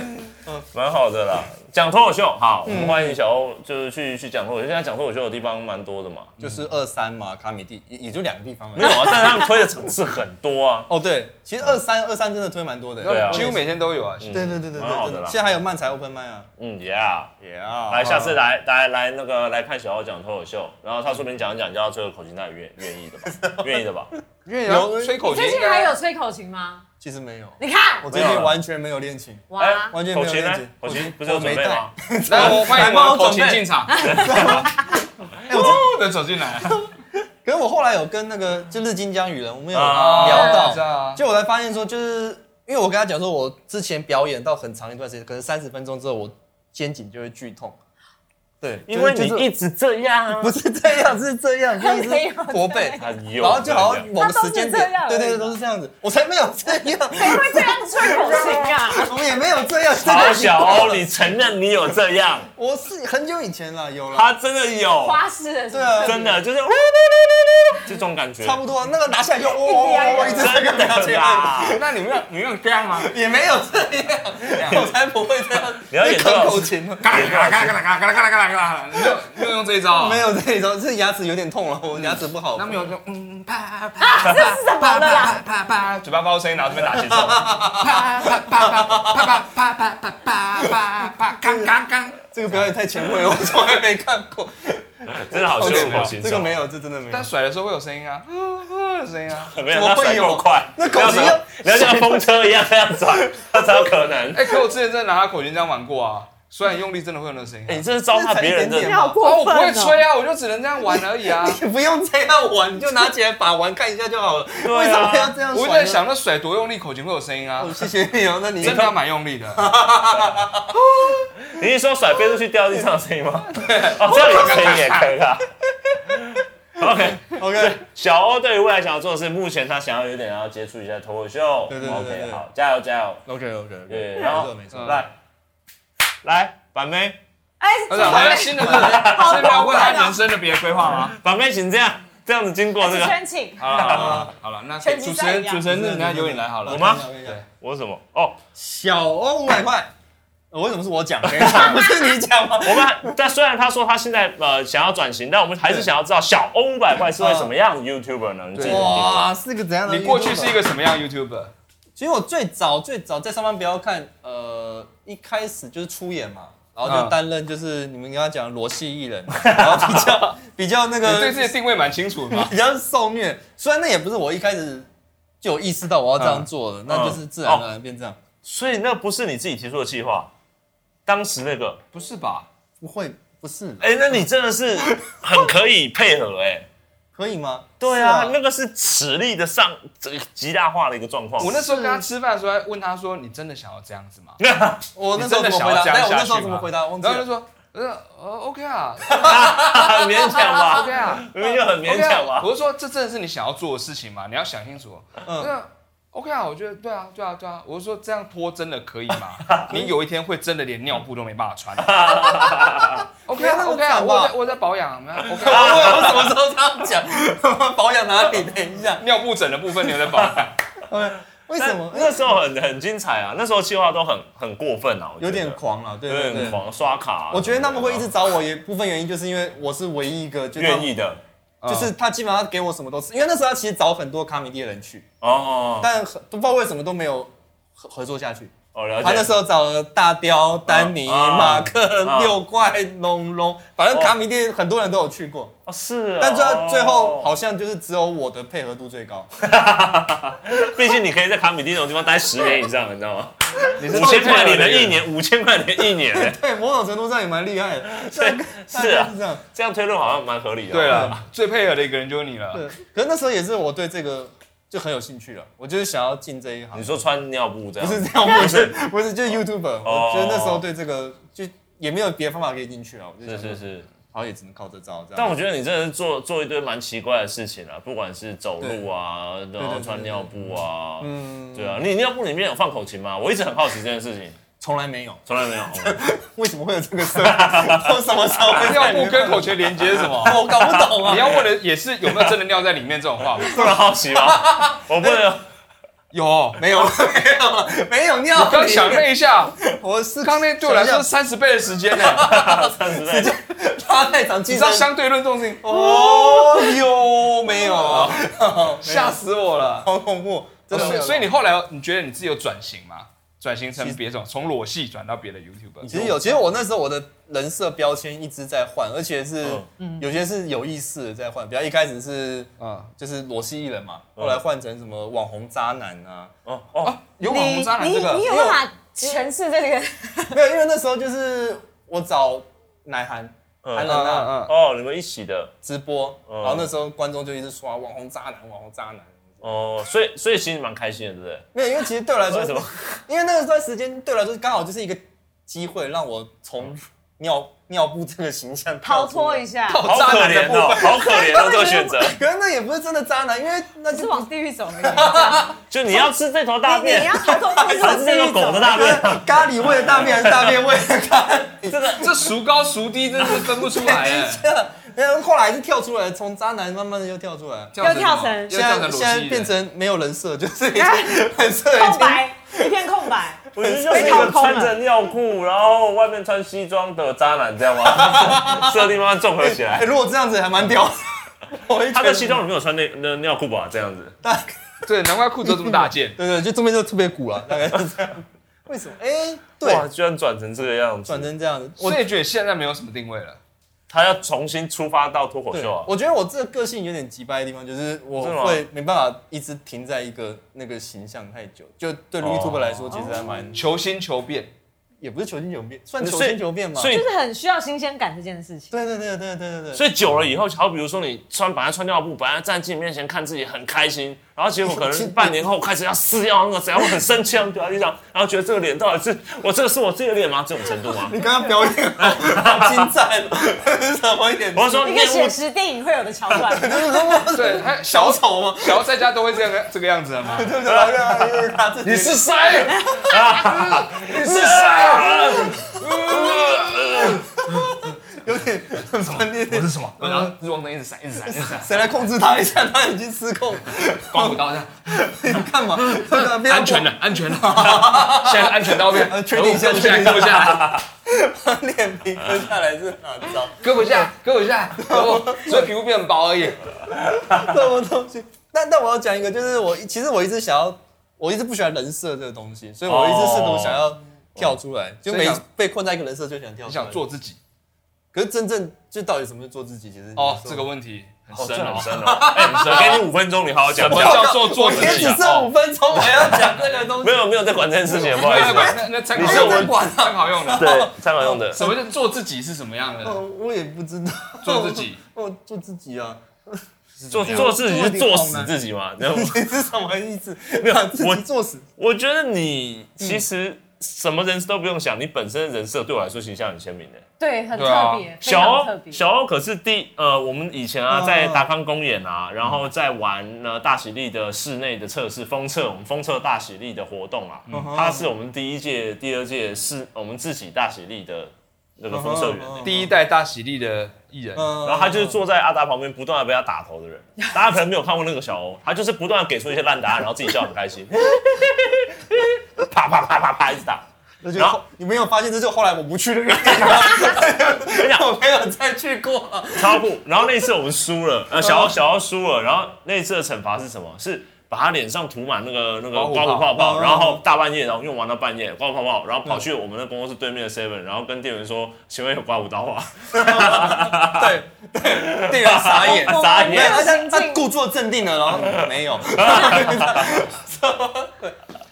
蛮好的啦。讲脱口秀，好，我们欢迎小欧，就是去去讲脱口秀。现在讲脱口秀的地方蛮多的嘛，
就是二三嘛，卡米蒂也也就两个地方
没有
了。
啊，但是他们推的场次很多啊。
哦，对，其实二三二三真的推蛮多的。
对啊
几乎每天都有啊。
对对对对对
蛮好的
对
啦
现在还有漫才 open m i 啊。
嗯，Yeah，
也啊
来，下次来来来那个来看小欧讲脱口秀，然后他说不定讲一讲就要吹个口琴，那你愿愿意的吧？愿意的吧？
因为有吹口
你
琴
最
应
近还有
该，
吹口琴吗？
其实没有，
你看
我，最
没有
近哎
了
完全没有练琴，
哇，
完全没
口
有
琴
练
呢
琴？。
口琴
我
不是有准备？吗？
来，我欢迎我们口琴进场，
我没带哎，我真
的走进来，
可是我后来有跟那个就日金江雨人，我们有
啊
聊
我知道啊
到，就我才发现说，就是因为我跟他讲说，我之前表演到很长一段时间，可能三十分钟之后，我肩颈就会剧痛。对，
因为
就是
你
就是
一直这样啊
不是这样，是这样，就是
没有
驼背，
哎呦，
然后就好像某个时间
他都是这
点
样，
对对
而
对，
已
都是这样子，我才没有这样，
谁会这样吹口琴啊？
我们也没有这样，真
好哦
的
小欧，你承认你有这样？
我是很久以前了，有了，
他真的有，
花式的是
对啊
真的就是这种感觉，
差不多那个拿下来就哇哇哇，一直在
真
跟
的
表情，
啦。
那你们要你们要这样吗？
也没有这样，我才不会这样，
你要演多
口
少
口琴了。
嘎啦嘎啦嘎啦嘎啦嘎啦嘎啦嘎啦嘎啦，你就你就用这一招啊？
没有这一招，这牙齿有点痛了，我牙齿不好。
那没有就嗯啪啪
啊，这是什么
啪
的啦
啪？啪啪，嘴巴发出声音，然后这边打节奏， 啪啪啪啪啪啪啪啪啪啪啪，刚刚刚。
这个表演太前卫了，我从来没看过。
真的好羞辱，好欣赏。
哦这个没有，这真的没有
但。甩的时候会有声音啊，嗯，声音啊。
没有，
怎么
那
会
甩够
有
快，
那
你要
狗
怎
急
么
要
你要像风车一样那样转，那才有可 能。
哎，可我之前真的拿他口琴这样玩过啊，虽然用力真的会有那声音
哎
啊。
你这是糟蹋别人的
这才一点
你
点
好
哦，
过
我不
分
会吹
哦！
啊，我就只能这样玩而已啊。
你不用这样玩，你就拿起来把玩看一下就好了。
对啊
为什么要这样？
我就在，想，那甩多用力，口琴会有声音啊
哦。谢谢你哦，那你
真的要蛮用力的，
你是说甩飞出去掉地上的声音吗？ 哦，这样你声音也可以 啦。OK，
OK，
小欧对于未来想要做的事，目前他想要有点要接触一下脱口秀。
对对对对
OK，
对
好，加油加油。
OK OK，
对，然后
没
嗯
来来，板妹，
哎，
而且还有新的，是要问他人生的别的规划吗？
板妹，请这样这样子经过这
是
个，
哎圈请，
好了好了好了，那
全
主
集
持
赛
人
一样
主持人，那由你来好了。
我吗
对
我什么？哦，
小欧五百块，我为什么是 我讲？不是你讲吗？
我们但虽然他说他现在呃想要转型，但我们还是想要知道小欧五百块是会
嗯
什么样的 YouTuber 呢？你自己怎么定义
哇，是个怎样的？啊
你过去是一个，什么样 YouTuber？
其实我最早最早在上班不要看，呃，一开始就是出演嘛。然
嗯
后就担任就是你们刚刚讲的裸戏艺人，然后比 较比较那
你
个
对自己的定位蛮清楚的嘛。
比较受虐。虽然那也不是我一开始就有意识到我要这
嗯
样做的，那就是自然而
哦
然变这样。
所以那不是你自己提出的计划，当时那个，
不是吧？
不会，不是，
哎、那你真的是很可以配合 哎、
啊可以吗？
对啊，
是
那个是实力的上这个极大化的一个状 况。
我那时候跟他吃饭的时候，还问他说：“你真的想要这样子吗
我那时候怎么
你真的想
回
要
答？
这样
哎，我那时
下
候
去
怎
吗
么回答？？”忘记
然后就
了。
说：“呃呃，OK 啊
很勉强吧
，OK 啊
明明就很勉
，OK
强
啊。”
吧。
我就说：“这真的是你想要做的事情吗？你要想清楚。”
嗯，
那 OK 啊，我觉得对啊，对啊，对啊。我就说这样拖真的可以 吗？你有一天会真的连尿布都没办法穿。OK 啊，OK 啊，我有在我有在保养啊，OK
我
啊。
我什么时候这样讲？保养哪里？等一下，
尿布枕的部分你有在保养，
为
但
什么？
那时候很很精彩啊？那时候计划都很很过分啊，我觉得
有点，狂了，对
有
对
点
对。
狂刷卡啊、
我觉得他们会一直找我，也部分原因就是因为我是唯一一个就他
愿
嗯
意，的
就是他基本上给我什么都吃，因为那时候他其实找很多卡米蒂的人去，
嗯
哦
但很不知道为什么都没有合合作下去。
哦，了解。
他那时候找了大雕、丹尼、
啊
马克、
啊
六怪、龙龙，反
哦
正卡米蒂很多人都有去过，
哦是啊，
但最后最后
哦
好像就是只有我的配合度最高。
毕竟你可以在卡米蒂这种地方待十年以上，你知道吗？
你
五千块你能一年，五千块你能一年、欸，
对，某种程度上也蛮厉害的。
对
大
是
概
啊
是这样。
这样推论好像蛮合理的。啊
对啊了，最配合的一个人就是你了。
对，可是那时候也是我对这个就很有兴趣了，我就是想要进这一行
你。说穿尿布这
不
样，
是这样，不是 不是，就是 YouTuber，
哦
我觉得那时候对这个就也没有别的方法可以进去啊。我就想
是
说
是是。
好也只能靠这招这样。
但我觉得你真的是做做一堆蛮奇怪的事情啊，不管是走路啊，然后穿尿布啊，嗯，对啊，你尿布里面有放口琴吗？我一直很好奇这件事情，
从来没有，
从来没有。
为什么会有这个事？ 我什么时候 会
尿布跟口诀连接是什么？
我搞不懂啊。
你要问的也是有没有真的尿在里面这种 话吗？
这么好奇吗？我不能，哦
有， 哦
没有没有了没有尿，
刚想
那
了一下，
我是
刚那对我来说是三十倍的时间呢。
三十岁，
他太长， 你
你知道相对论这种事情，
哦有没有啊？
吓死我了。
好恐怖，真的
哦所
没
以
有。
所以你后来你觉得你自己有转型吗？转型成别种，从裸戏转到别的 YouTuber。
其实有，其实我那时候我的人设标签一直在换，而且是
嗯
有些是有意识的在换，比较一开始是
啊，
就是裸戏艺人嘛，后来换成什么网红渣男啊，
哦哦，
有网红
你
渣男
你
这
你
个，
有办法诠释这 个？
没有，因为那时候就是我找奶涵
嗯
韩冷
嗯
娜
嗯嗯，
哦，你们一起的
直播，
嗯
然后那时候观众就一直刷网红渣男，网红渣男。
哦，所以所以其实蛮开心的，对不对？
没有，因为其实对我来说
为什么，
因为那个段时间对我来说刚好就是一个机会，让我从尿尿布这个形象
逃
跳出
脱
来
一。下，
好可
渣男的
怜
部
哦，好可怜哦，这个选择，
可是那也不是真的渣男，因为那
是
就
往地狱走的。
就你要吃这头大
你
便
你要，逃脱这
还
种
是这有狗的大便，
咖喱味的大便还是大便味的咖喱？。
这个这孰高孰低真是分不出来哎
然后后来还是跳出来，从渣男慢 慢的又跳出来，
又
跳绳
又
现
跳成
在
裸
现
戏
在
了，
变成没有人设，就是已经人设已
空
经
白，一片空白。
不是就是一个穿着尿裤，然后外面穿西装的渣男，这样吗？ 设定慢慢综合起
哎，
来。
如果这样子还 蛮屌的，我会觉得
他在西装里面有穿那那尿裤吧？这样子，
大，。
对，难怪裤子都这么大件
对对，就中间就特别鼓了，大概是这样。为什么？哎，对，
哇，居然转成这个样
转
子，
成这样子，
我也觉得现在没有什么定位了，
他要重新出发到脱口
对
秀啊，！
我觉得我这个个性有点急掰的地方，就是我
真的吗
会没办法一直停在一个那个形象太久。就
哦
对 YouTube 来说，其实还蛮
求新求变。
也不是求新求变，算
所
求
以
新求变嘛。
所以
就是很需要新鲜感这件事情。
对对对对对对对，
所以久了以后，好比如说你穿本来穿尿布，本来在镜面前看自己很开心，然后结果可能半年后开始要撕掉那个，怎样很生气，然后掉在地 上，然后觉得这个脸到底是我这个是我自己的脸吗？这种程度 吗？
你刚刚表演好 好精湛哦， 什么演出？
我是说
一个
厌
写
恶，
实电影会有的桥段，
对，还有
小
小
丑 吗？
小在家都会这样这个样子的吗？
对啊对对对对，他自己
你是谁？你是谁？
有点 专业，
我是什么？然后日光灯一直闪，一直闪，一直闪，
谁来控制他一下？他已经失控，
刮胡刀这样，
你干 嘛？啊
安全的，安全的， 现在安全刀
呃
片，
确定一下
胳膊下
确定
来，
一下
胳膊下来，
把脸皮割下来是哪招？
胳膊下，胳膊下，胳膊，所以皮肤变薄而已。
什么东西？但但我要讲一个，就是我其实我一直想要，我一直不喜欢人设这个东西，所以我一直试图想要跳出来，就每
哦所以想
被困在一个人设就想跳
你
出来。
想，做自己
可是真正就到底什么是做自己？其实
哦，这个问题很深
这
哦
很。深哦。哎，很深给你五分钟，你好好讲
什。么
我
叫
靠
做做
我
自己
也只
啊
剩五分钟，我还 要讲这个东西
没，有没有在管这件事情，不好意
那
思。
那那参考
你
用的，
是我们
管啊
参考用的。
对，参考用的。
什么叫做自己是什么样的？
哦我也不知道。
做自己，
我做自己啊，
做做自己是做死自己嘛？然后
你是什么意思？
没有
把自
我
己作死。
我觉得你其
嗯
实什么人设都不用想，你本身的人设对我来说形象很鲜明的。
对，很
对啊
特别，非
小
常
欧
特别。
小欧可是第呃，我们以前啊
哦
在达康公演啊，然后在玩呢大喜力的室内的测试封测，我们封测大喜力的活动啊，他是我们第一届、第二届是呃我们自己大喜力的那个封测员欸、
哦
第一代大喜力的艺人，
嗯，
然后他就是坐在阿达旁边，不断的被他打头的人。大家可能没有看过那个小欧，他就是不断的给出一些烂答案，然后自己笑得很开心， 啪啪啪啪啪一直打。
那就
然后
你没有发现，这就后来我不 去那个地方，我没有再去过。
超酷。然后那一次我们输了，呃，小奥小奥输了，然后那一次的惩罚是什么？是把他脸上涂满那个那个
刮胡
刮胡
泡
泡泡，
嗯
然后大半夜，然后用玩到半夜刮胡泡泡，然后跑去我们的工作室对面的 Seven，然后跟店员说：“请问有刮胡刀吗
对对，
啊
店员 傻眼，
我
傻
没
眼
有，
我们
他他
这种
他
情境，
故作镇定了，然后嗯没有，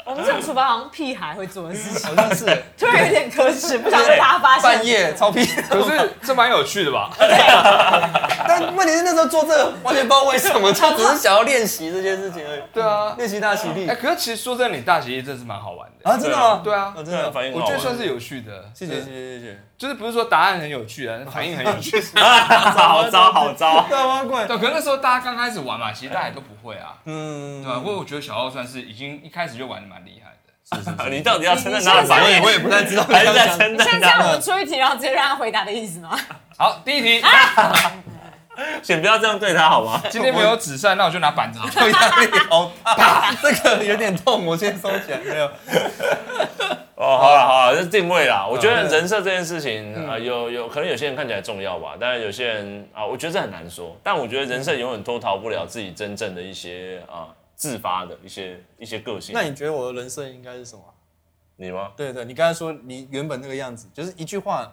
我们这种厨房好像屁孩会做的事情，
好像是啊
突然有点可耻，不想被大家发现。
半夜超屁。
可是这蛮有趣的吧？
但问题是那时候做这个完全不知道为什么，就只是想要练习这件事情而已，
对啊，
练习大喜力
哎，可是其实说真的，你大喜力真是蛮好玩的。
啊，真的吗？
对啊
啊，真，
对啊
的，
反 应
我
很
觉
好
得
玩
算是有趣的，
谢谢谢谢谢谢。
就是不是说答案很有趣啊，反应很有趣。
好啊 糟好糟。
大妈啊怪，
对，可是那时候大家刚开始玩嘛，其实大家也都不会啊，
嗯
对吧？不过我觉得小奥算是已经一开始就玩的蛮厉害的。
你到底要称赞他的反应，
我也不太知道，
还是在称
你像
赞
这样，我
他？
们出一题，然后直接让他回答的意思吗？
好，第一题，
请不要这样对他好吗？
今天没有纸扇，那我就拿板子好了。
我压力好大， 这个有点痛，我先收起来。没有，
哦，好了好了，这是定位啦。我觉得人设这件事情啊、呃有有可能有些人看起来重要吧，但是有些人啊、我觉得这很难说。但我觉得人设永远都逃不了自己真正的一些啊、自发的一些一些个性。
那你觉得我的人生应该是什么啊？
你吗？
对对，你刚才说你原本那个样子，就是一句话，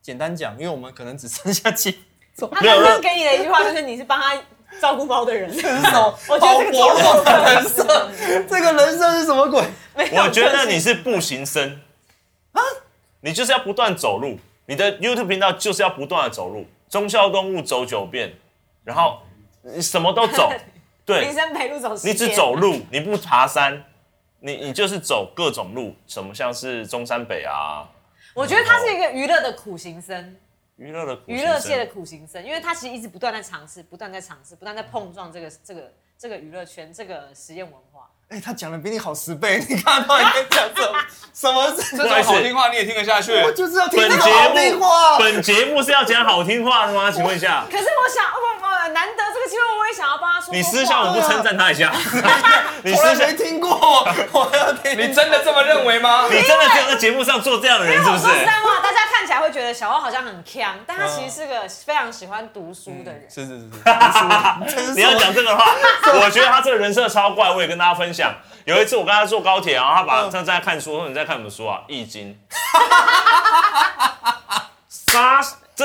简单讲，因为我们可能只剩下几，
他刚刚给你的一句话就是你是帮他照顾猫的人，
这是什么？
我觉得这个超
好薄弱的人设，这个人设是什么鬼？
没有
我觉得
特
你
性
是步行僧啊，你就是要不断走路，你的 YouTube 频道就是要不断的走路，忠孝东路走九遍，然后你什么都走，对
林，森北路走十
你只
遍
走路，你不爬山，你你就是走各种路，什么像是中山北啊，
我觉得他是一个娱乐的苦行
哦
僧，
娱乐的苦
娱
行
乐
僧
界的苦行僧，因为他其实一直不断在尝试，不断在尝试，不断在碰撞这个
嗯
这个这个娱乐圈这个实验文化。
哎，他讲的比你好十倍，你看他到底在讲什么？什么是？
这种好听话你也听得下去？
我就是要听
本
这
节
个好听话
目。本节目是要讲好听话的吗？请问一下，
可是我想，我我难得这个机会，我也想要帮他说说话。
你私下我不称赞他一 下，你
从
私
来
下
没听过，我要听。
你真的这么认为吗？
你真的只有在节目上做这样的人是不
我
是
说？实在话，大家看起来会觉得小欧好像很强，但他其实是个非常喜欢读书的
嗯
人。
是是是是，真是
你要讲这个 的话，我觉得他这个人设超怪，我也跟大家分享。有一次我跟他坐高铁，然啊后他
嗯
把正在看书，我说你在看什么书啊？《易经》。杀这，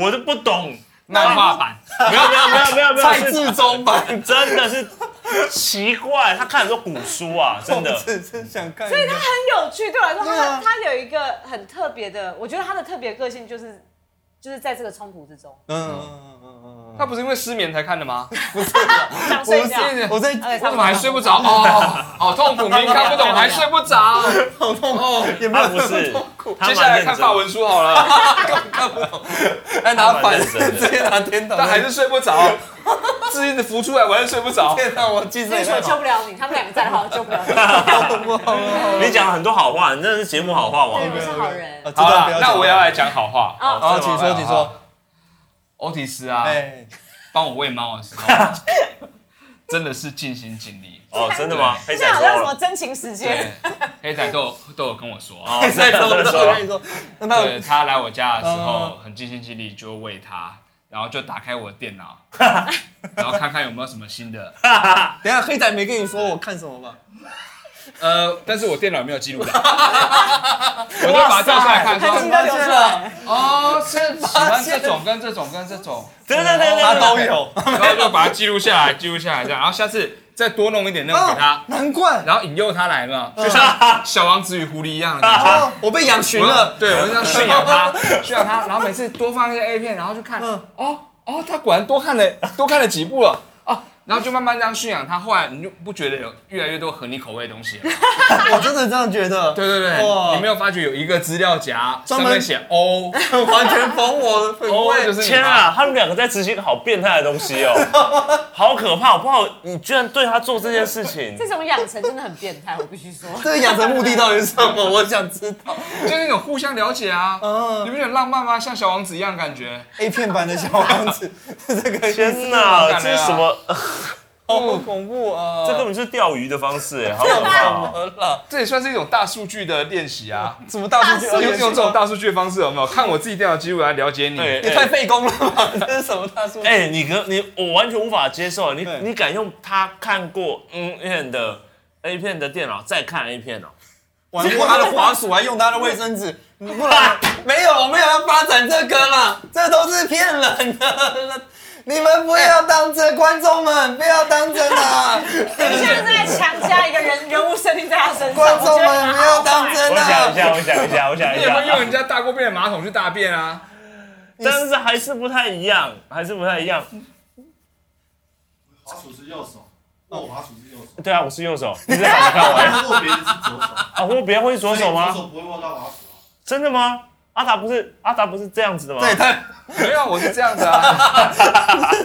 我都不懂。
漫画版，
没有没有没有没有没有，
蔡
是
志忠版，
真的是奇怪，他看很多古书啊，真的
我。只是想看一
所以
个。
他很有趣，对我来说，
对啊
他他有一个很特别的，我觉得他的特别个性就是就是在这个冲突之中，
嗯嗯嗯嗯嗯
他不是因为失眠才看的吗？
想睡觉。
嗯，我在
哎
为什么还睡不着？哦，好痛苦，明明看不懂还睡不着。
好痛哦，也没
他
有
不是
很痛苦，，
他
接下
蛮
来
认
看
真
法
的。
文书好 了，
看不懂，还拿
他蛮
反，
认真的
直接拿颠倒，
但还是睡不着，字一直浮出来，我还是睡不 着。
天哪，我记
所以
得
说我 救不了你，他们两个在的话，我救不了你。
你讲了很多好话，你真的是节目好
哦
话王
对，。我是好人。
啊，知
好
道不
了
要，
那我要来讲好话。
啊
好，请说，请说。
欧提斯啊，
哎，
帮我喂猫的时候，真的是尽心尽力。
哦，真的吗？黑
现
仔
在好
说
像什么
了。
真情实
对
间，，
黑仔都有都有跟我说，
哦，
再
再
说，
说
再
再
说，
说
再。说。那他
对他来我家的时候
嗯
很尽心尽力，就喂他，然后就打开我的电脑，然后看看有没有什么新的。
等一下黑仔没跟你说我看什么吧？
呃，但是我电脑没有记录 到，我就把它照下来看，
痕迹
说
都流出来。
哦，是喜欢这种跟这种跟这种，
对对对对对，
他都有，
然后就把它记录下来，记录下来这样，然后下次再多弄一点那个给他，
难怪。
然后引诱他来嘛，就像小王子与狐狸一样的感觉。
哦，我被养群
我要
了。
对，我就这样炫耀他， 炫耀他，然后每次多放一些 A 片，然后就看，
嗯
哦哦，他果然多看了多看了几部了。哦，然后就慢慢这样驯养他，后来你就不觉得有越来越多合你口味的东西了。
我真的这样觉得。
对对对，
哇
你没有发觉有一个资料夹
专
上
门
面写 O
完全封我的品
哦就是
味。
你
天啊，他们两个在执行好变态的东西哦，好可怕！我不好，你居然对他做这件事情，
这种养成真的很变态，我必须 说。
这个养成目的到底是什么？我想知道。
就是那种互相了解啊，
嗯
你不觉得很浪漫吗？像小王子一样的感觉。
A 片版的小王子， 这个
天哪，
嗯
这是什么？
好恐怖啊！
这根本就是钓鱼的方式，哎，好可怕哦！
么了？
这也算是一种大数据的练习 啊，
什么大数据？
用
哦
用这种大数据的方式有没有？看我自己电脑记录来了解你。
对
也太费工了吧？这是什么大数据？
哎，你跟你我完全无法接受，啊你
对
你敢用他看过嗯片的 A 片的电脑再看 A 片哦？
玩过他的滑鼠，还用他的卫生纸，你不然没有，我没有要发展这个啦，这都是骗人的。你们不要当真，观众们不要当真 啊！
你现在在强加一个人人物设定在他身上，
观众
我觉得
们不要当真
我想一
啊！
下，我想一下，我想一
你也 会用
下，
人家大过便的马桶去大便啊？
但是还是不太一样，还是不太一样。
滑鼠是右手，握滑鼠是 右手，
对啊，我是右手，你是反着看我哎
握别人是左手。
啊？我别人会左手
左
吗？
手不会握到滑鼠啊。
真的吗？阿达不是阿达不是这样子的吗？
对，他
没有，我是这样子啊。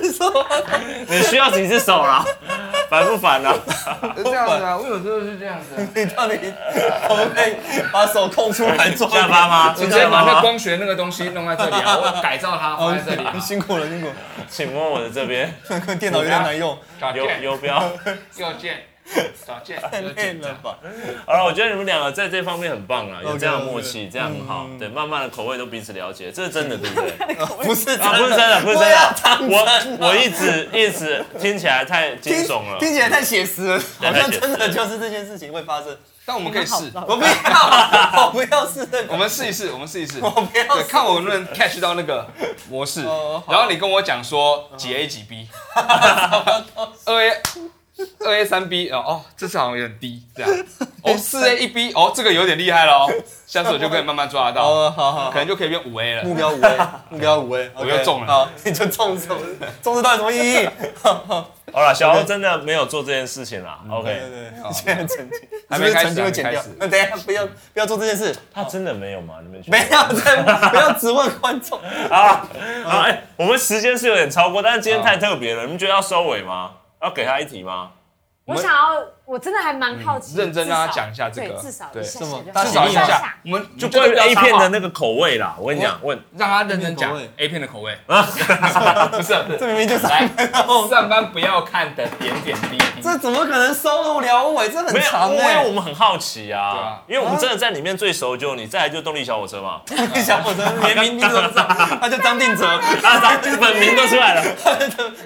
你需要几只手 啦？烦不烦啊？
是这样子啊，我有时候是这样子、啊，
你到底可不可以把手空出来做？
下巴吗？
你直接
下
把
巴
那
吗？
光学那个东西弄在这里啊，我改造它放在这里啊
哦，。辛苦了，辛苦了，
请摸我的这边，
那个电脑有点难用，
找
有
剑，
有标。
右键，找剑，
太
右
累
键
了吧？
好了，我觉得你们两个在这方面很棒啊，有
OK，
这样的默契，
OK 嗯
这样很好。对，慢慢的口味都彼此了解，这是真的，对不对？
呃不是
啊，不是真的，不是真
不嗯要
的
当。真啊
我我一直一直听起来太惊
听
悚了。
听起来太写实了，
对
好 像
太写实
真的就是这件事情会发生。
但我们可以试，
我不 要，我不要是那
我
个，
们试一试，我们试一 试。
我不要
对，
是
看我能不能 catch 到那个模式
哦，好嗯
然后你跟我讲说几 A 几 B，二 A 二 A 三 B，哦哦，这次好像有点低， 这样，哦四 A 一 B，哦这个有点厉害了哦，下次我就可以慢慢抓得到，
哦，好好嗯
可能就可以变五 A 了
目。标五 A，目标五 A，
我又中了
好，你就中中，中这到底什么意义？
好了，小欧真的没有做这件事情啦。
嗯对
OK，
对对， 你现在成绩
还没开始
是不是成绩会减掉
还没开始。
那等一下，不要不要做这件事，
他真的没有吗？你们觉
不
得
要再不要质问观众。
啊？好，哎，我们时间是有点超过，但是今天太特别了，你们觉得要收尾吗？要给他一题吗？
我想要，我真的还蛮好奇，
嗯认真跟他
至少
讲一下这个
对至少一
对
下
是吗
下就好
大
至少一
你想
下，我们
嗯
就
关
关
于
于 A 片的
那，
那个口味啦，我跟你讲，问
让他认真讲
那个口
A 片的口味，
啊
不是啊不是
这明明就是
来上班不要看的点点滴滴，
这怎么可能收入了尾？这很
没有，
长
因
哎、
为我
欸。
们很好奇
对
啊
啊，
因为我们真的在里面最熟就你，再来就动力小火车嘛，
小伙子连名字都不知道，他叫张定哲，
啊，张本名都出来了，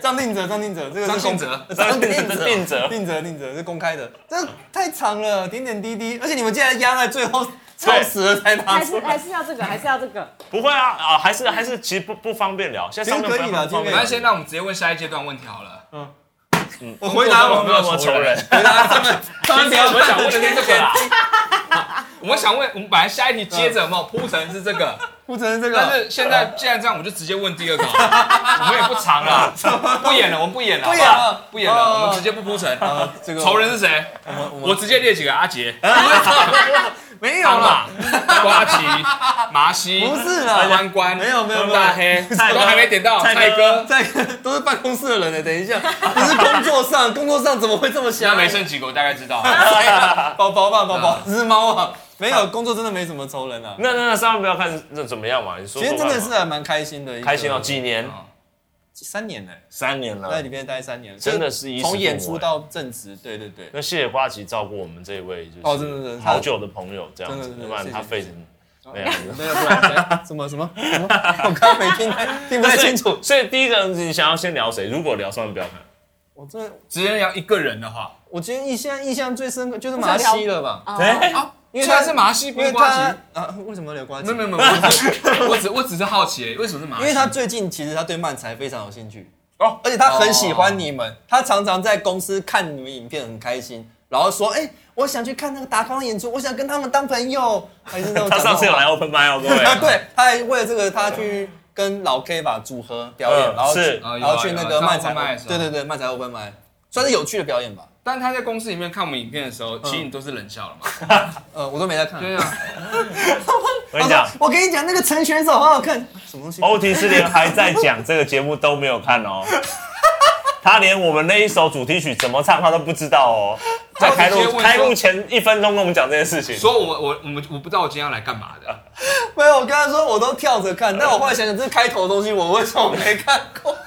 张定哲，张定哲，这个是
张信
公
哲，
张定哲，
定哲
定哲，定哲是公开的，这太长了，点点滴滴，而且你们竟然压在最后超时了才拿
还
出
是
来，
还是要这个，还是要这 个。
不会啊啊，还是还是其实不不方便聊，现在上面
其实可以啦
不方
我
便
们要
聊
其实
先让我们直接问下一阶段问题好了。
嗯我回答我
没有什么仇人，
回答他们，他
今
们不
天
要
我们想问的
看
是这个啦。
啊
我们想问，我们本来下一题接着有没有铺陈是这个，
不成这
但
个，
是现在既然这样，我们就直接问第二个好 了。我们也不长了，不演了，我们不演了，
不演了
好不好不演了，
哦
我们直接不铺陈。
啊，这个
仇人是谁？
我们我
我
们
直接列几个阿杰、
嗯没有
汤
啦，
马、瓜吉、麻西，
不是啦
关关，
没有没有没有
大黑，
蔡哥
都还没点到
蔡哥
蔡哥，
在都是办公室的人呢，等一下，不是工作上，工作上怎么会这么
那
瞎？哎
没剩几个，我大概知道。
宝宝吧，宝宝，只猫啊，没有工作真的没什么仇人啊。
那那那上面不要看那怎么样嘛，你说
其实
说
真的
看嘛
是还蛮开心的一个，
开心哦，几年
三年呢，
三年了
在，里面待三年，
真的是衣食
从演
父母
出
哎
到正职，对对对，
那谢谢瓜吉照顾我们这一位就是
哦真的真的
好久的朋友这样子
真，的
要不然他
真的谢
费
谢哦
成那样子。
没有不然什么什么什么， 我刚没听听不
那
太
所以
清楚。
所以第一个你想要先聊谁？如果聊上面不要看，
我这
直接聊一个人的话，
我今天印象印象最深刻就是麻西了吧，
哦
哎
啊，因
因为
为
他
他是麻西，不
因为
是瓜吉
他。啊为什么要聊瓜
没
吉
有？没有没有，我只我只我只是好奇而已，为什么是马戏？
因为他最近其实他对漫才非常有兴趣
哦
哦，而且他很喜欢你们，他常常在公司看你们影片很开心，然后说：“哎、我想去看那个达康演出，我想跟他们当朋友。”还是那 种
他上次有来
讲
open m i 哦，各
到啊，
位。
对，他还为了这个他去跟老 K 吧组合表
嗯
演，然后
是
去
啊有啊
然后去
有啊
那个漫才
上 open mic 的时候
对对对，漫才 open mic 算是有趣的表演吧。
但他在公司里面看我们影片的时候，其实你都是冷笑了嘛？
呃，我都没在看。
对啊，
我跟你讲哦
他说我跟你讲，那个陈选手好好看，什么东西？
，OT 是连还在讲这个节目都没有看哦，他连我们那一首主题曲怎么唱他都不知道哦，在开
他直接
录
问说
开录前一分钟跟我们讲这件事情。
所以我我我们我不知道我今天要来干嘛的，
没有，我跟他说我都跳着看，但我后来想想，这开头的东西我为什么没看过？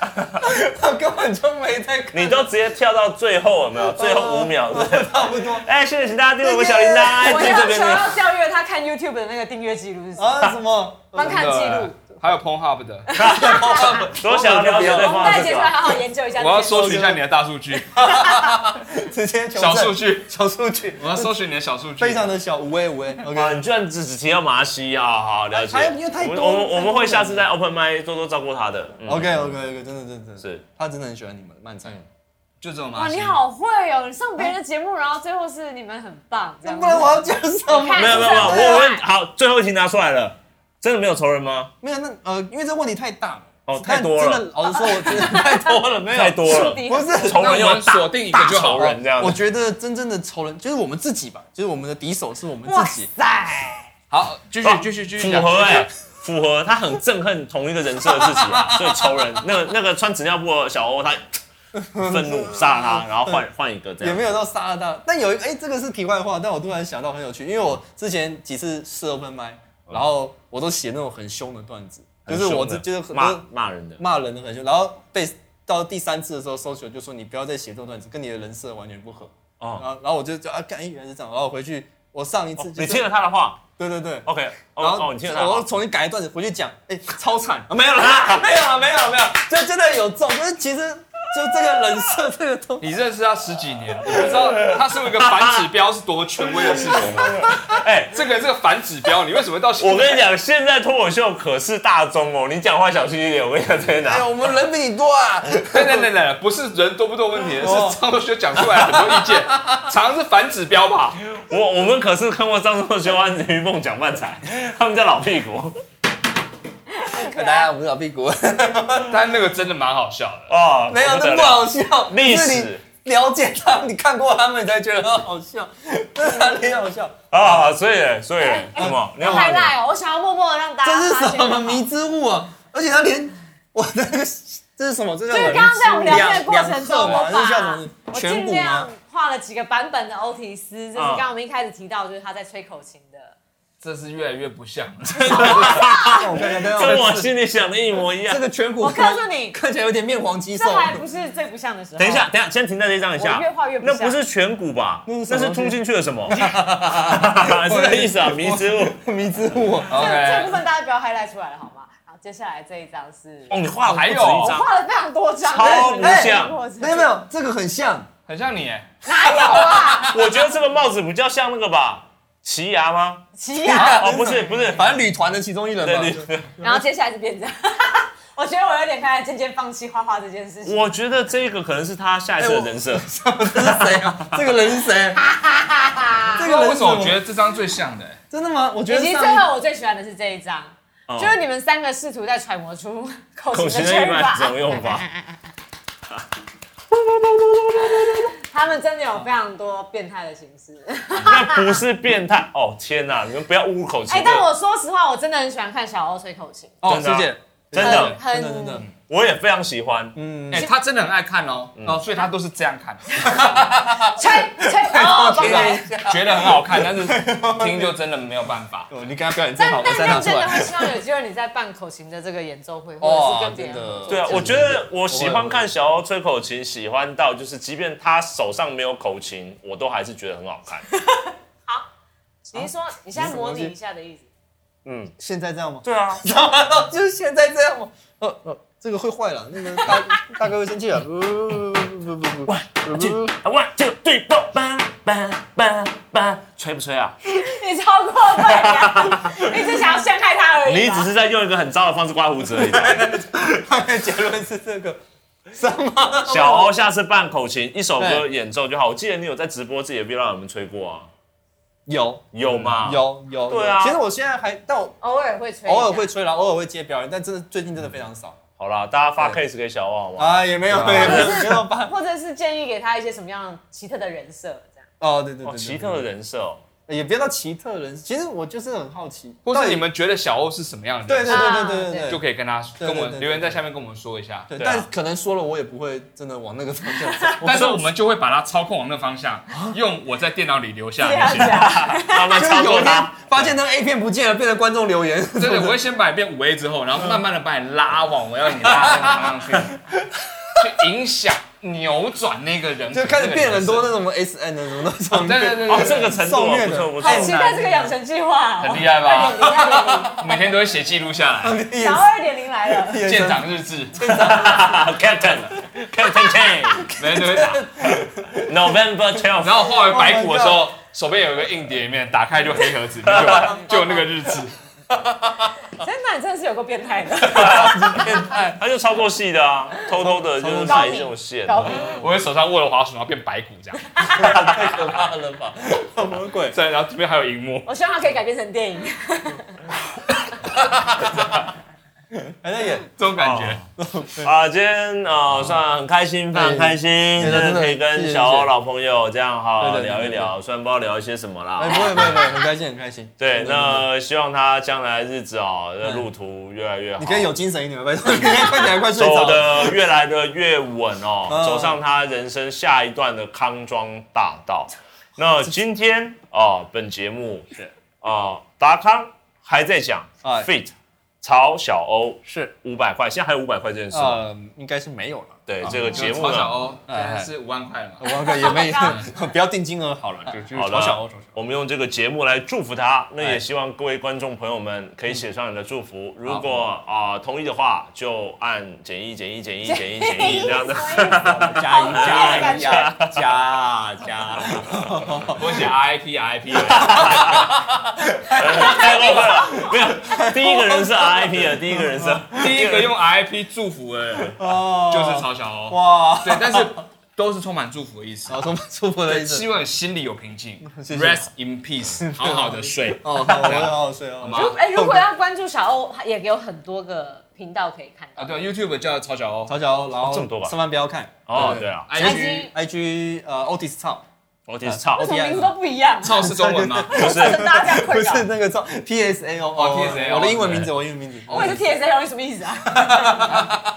我根本就没在看，
你都直接跳到最后有没有？最后五秒是不是
差不多
哎，谢谢大家订阅我们小铃铛，哎
我
订阅
要
这
求
边的
要调阅他看 YouTube 的那个订阅记录是
哦
什么？
啊什么？
观看记录。
录，还有 Pornhub 的，
所想要了解对
我们
方的
带
这
节
个
出来好好研究一下。
我要搜寻一下你的大数据、
直接求证
小数据，
小数据，
我要搜寻你的小数据，
非常的小，五 A 五 A。
啊，
OK，
你居然只只提到麻西啊，好了解。
还因为太
我
多
们
了
我们我们会
太多了
下次在 Open m i 多多照顾他的。嗯
OK OK OK，真的真的真的
是，
他真的很喜欢你们漫才，
就这种
哇，
马戏
你。好会哦！你上别人的节目，然后最后是你们很棒，这样
不
子。
然我要讲什
你
么
看？
没有没有没有，我问好，最后一题拿出来了，真的没有仇人吗？
没有那呃，因为这问题太大了，
哦，太多
但真
了，
的老实说，我真的 太多了，没有
太多了，
弟
不 是
仇
那
人
我
有
们
大
锁定一个就好
大仇人
了。
这样
我
子。
觉得真正的仇人就是我们自己吧，就是我们的敌手是我们
哇
自己。
塞！
好，继续
哇
继续继续
符
讲。
合
继续
哎、
讲
符合他很憎恨同一个人设的自己、 啊，所以仇人那个那个穿纸尿布的小欧他愤怒杀了 他，然后换换一个这
也
样
没。有到杀了大，但有一哎、这个是题外话，但我突然想到很有趣，因为我之前几次试 open m i 然后我都写那种很凶的段子，
嗯很
就是我
凶的
这就是很
骂骂人的，
骂人的很凶，然后被到第三次的时候，搜求就说你不要再写这种段子，跟你的人设完全不合。
哦
然后然后我就就啊，干原来是这样，然后我回去我上一次
哦
就是、
你听了他的话
对对对。
，OK，哦
然后
哦，你听了他的
我又
话，
重新改一段子回去讲， 哎、超惨、啊，没有啦，没有啦，没有
啊
啦，没有啦，就真的有中，就是其实就这个人设这个东西，
你认识他十几年，你不知道他身为一个反指标是多权威的事情吗？
哎、
这个这个反指标，你为什么到现在
我跟你讲，现在脱口秀可是大宗哦，你讲话小心一点，我跟你讲这边
哎、
拿。
我们人比你多啊，
等等等等，不是人多不多问题，
哦
是张同学讲出来很多意见， 常常是反指标吧？
我我们可是看过张仲修、安子于梦讲漫才，他们家老屁股
大家我是老屁股，
但那个真的蛮好笑的。
哦，
没有，
得
那不
了
好笑。
历史
是你了解他，你看过他们，你才觉得很好笑， 这哪里好笑？
啊，所以所以什么？你要啊
太
骂
赖哦！我想要默默地让大
这
家
是
发
什
现。
么迷之物啊？而且他连我的那个这是什么？这叫
就是刚刚在我们聊天的过程中，
两两赫嘛
我
这叫什
把
么
我
颧
尽
骨
量
吗？
画了几个版本的欧提斯，这是
嗯
刚刚我们一开始提到，就是他在吹口琴的。
这是越来越不像了。
哦我感觉跟
哦
跟我
是
心里想的一模一样
这。个颧骨，
啊我告诉你
看起来有点面黄肌瘦
这。还不是最不像的时候。
等一下，，等一下，先停在这一张一下
我越画越。不
那
像
不是颧骨吧？
那是什
那
么
是凸进去了 什么？是这个意 思啊，迷之物。
迷之物，
这这
OK，
部分大家不要 highlight 出来了好吗？好，接下来这一张是
哦，你画了不止
还有
一
我
张，
画了非常多张，哎
超不像
没有没有，这个很像，
很像你耶，
哪有啊？
我觉得这个帽子比较像那个吧，奇 牙吗？
奇亚。
哦，不是不是，
反正旅团的其中一人
对
嘛。
对。
然后接下来是变这样， 我觉得我有点开始渐渐放弃画画这件事情。
我觉得这个可能是他下一次的人
哎
设。
这是谁啊？这个人是谁？
不
这
知
个
道
人
为
是
什么我觉得这张最像的耶。
真的吗？我觉
以
得
及
上
最后我最喜欢的是这一张，
哦
就是你们三个试图在揣摩出 口
口
琴
型
的
的一
圈
般怎么
法，
用法？
他们真的有非常多变态的形式。
那不是变态哦！天哪，你们不要侮辱口琴
哎，
了。
但我说实话，我真的很喜欢看小欧吹口琴，
哦，
真的
师
啊
姐，
真
很
的，
很
真的真的
我也非常喜欢。
嗯
哎，他真的很爱看哦，哦，所以他都是这样看，
吹吹哦，拜拜。
觉得很好看，但是听就真的没有办法。
哦，你刚刚表演真好，
但
我
但
再拿
但
出
真的会
来。
希望有机会你在办口琴的这个演奏会，或者
哦
是跟别人
真的
合作
对啊，我觉得我喜欢看小欧吹口琴，喜欢到就是，即便他手上没有口琴，我都还是觉得很好看。
你是说你现在模拟一下的意思？
嗯，
现在这样吗？
对啊，
就是现在这样吗？哦哦，这个会坏了，那个大 大哥会生气了。不不不不不不不不，
one two three four，叭叭叭叭，吹不吹啊？
你超过分了，你只想要陷害他而已吧。
你只是在用一个很糟的方式刮胡子 而已。
他的 结论是这个什么？
小欧下次办口琴，一首歌演奏就好。我记得你有在直播自己的 V 让我们吹过啊，
有
有吗？。
有有，
对啊
其实我现在还，但我
偶尔会吹，
偶尔会。吹啦，偶尔会接表演，但真的最近真的非常少
好啦，大家发 case 给小欧好吗？
啊，也没有没有 没有办法。
或者是建议给他一些什么样奇特的人设，这样。
哦，对对对
哦，
对，
奇特的人设哦，
也不要到奇特人，其实我就是很好奇，
或
到
是
底
你们觉得小欧是什么样的
对
人？
对对对对
啊
对，
对
就可以跟他
对
跟我
对对
留言在下面跟我们说一下。
对，
对啊
但可能说了我也不会真的往那个方向走。
但是我们就会把它操控往那方向，用我在电脑里留下的那些。
慢慢
就
操
是有
作
一
他
天。发现那个 A 片不见了，变成观众留言。
真的，我会先把你变五 A 之后，然后慢慢的把你拉往我要你拉的那个方向去，去影响、扭转那个人，
就开始变很多
的。
那种 S N 的什么那种。
对对对
哦
对，，
这个程度哦
受虐
不
的
错不错
好。期待这个养成计划，
很厉害吧
二点零二点
每天都会写记录下
嗯
来，
零，小二点零来了。
眼神
舰长日志，
啊 Captain Captain Chang
每天都会打。
November
然
twelfth。
后画完白骨的时候，手边有一个硬碟，里面打开就黑盒子，就有就有那个日志。
真的，你真的是有够变态的，
他就超过戏的啊，偷偷的就是卖这种线。
高明。
我会手上握了滑鼠，然后变白骨这样，
太可怕了吧？什么鬼？
再然后这边还有荧幕。
我希望它可以改编成电影。
反正也
这种感觉。
啊，今天啊算很开心，非常开心，
对
真
对
的可以跟小欧老朋友这样好好
对对对
聊一聊，虽然不知道聊一些什么
哎，
啦。
不会不会不会，很开心很开心。
对，那希望他将来日子哦，这路途越来越好，
你可以有精神一点，拜托，你可以快点快 睡
走
着了。
的越来的越稳哦，
嗯
走上他人生下一段的康庄大 道。那今天啊、本节目
是
啊、达康还在讲
哎
fit 曹小欧
是，
五百块，现在还有五百块这件事吗。
呃，应该是没有了。
对这个节目
曹小
呢，
欧现在是五万块了嘛？
我可也没
刚
不要定金额好了，就就是
好
炒小
了
欧炒小，
我们用这个节目来祝福他。那也
哎
希望各位观众朋友们可以写上你的祝福，如果
嗯
啊、同意的话，就按减一减一减一减一 减一这样的。
欧，加一加一
好
加一加加，
我写 RIP RIP，
太过分了，没有，第一个人是 RIP 的，第一个人是
第一个用 RIP 祝福的人
哦
就是曹小欧。
哇，
对，但是都是充满祝福的意思
好，。充满祝福的
对，
意思
希。望你心里有平静
谢谢
，Rest in peace，好好的睡。
哦，好，我会好好睡哦。
吗
如 哎，如 果要关注小欧，也有很多个频道可以看
啊，
到。
对，YouTube 叫曹小欧，
曹小欧，然后
这么多吧
上班不要看
哦哦，对啊，
IG
IG
，IG 呃 Otis 操
我 挺操
为，什么名字都不一样？
操是中 文吗？
不是
造成大家这样
不
困扰。
是那个照 P S A 哦
哦 PSA 哦
我的英文名字，我的英文名字。
我也是 TSAO，你什么意思 啊？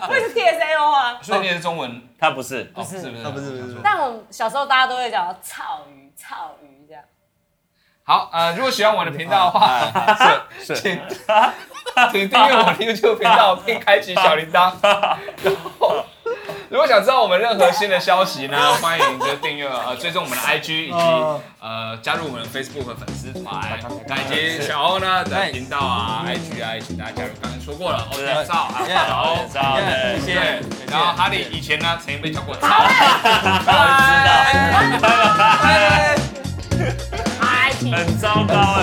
我也是 TSAO 啊。
所以你的中文
他不是，
哦
不是
是不是？
啊不是不是不是
我想说
但我们小时候大家都会讲草鱼，草 鱼这样。
好，呃，如果喜欢我的频道的 话，
哎是
请 请订阅我的 YouTube 频道，并开启小铃铛。然后，如果想知道我们任何新的消 息呢，欢迎就订阅呃追踪我们的 IG 以
哦
及呃加入我们的 Facebook 粉丝团，那以及小欧呢
哎
的频道啊 IG 啊，请大家加入。刚才说过了，我
哎
是赵啊，
是
赵
我，操
对
的，
谢谢。然后哈利以前呢曾经被 叫过操，
我
拜
知道，
拜。
哎，挺
很糟糕哎。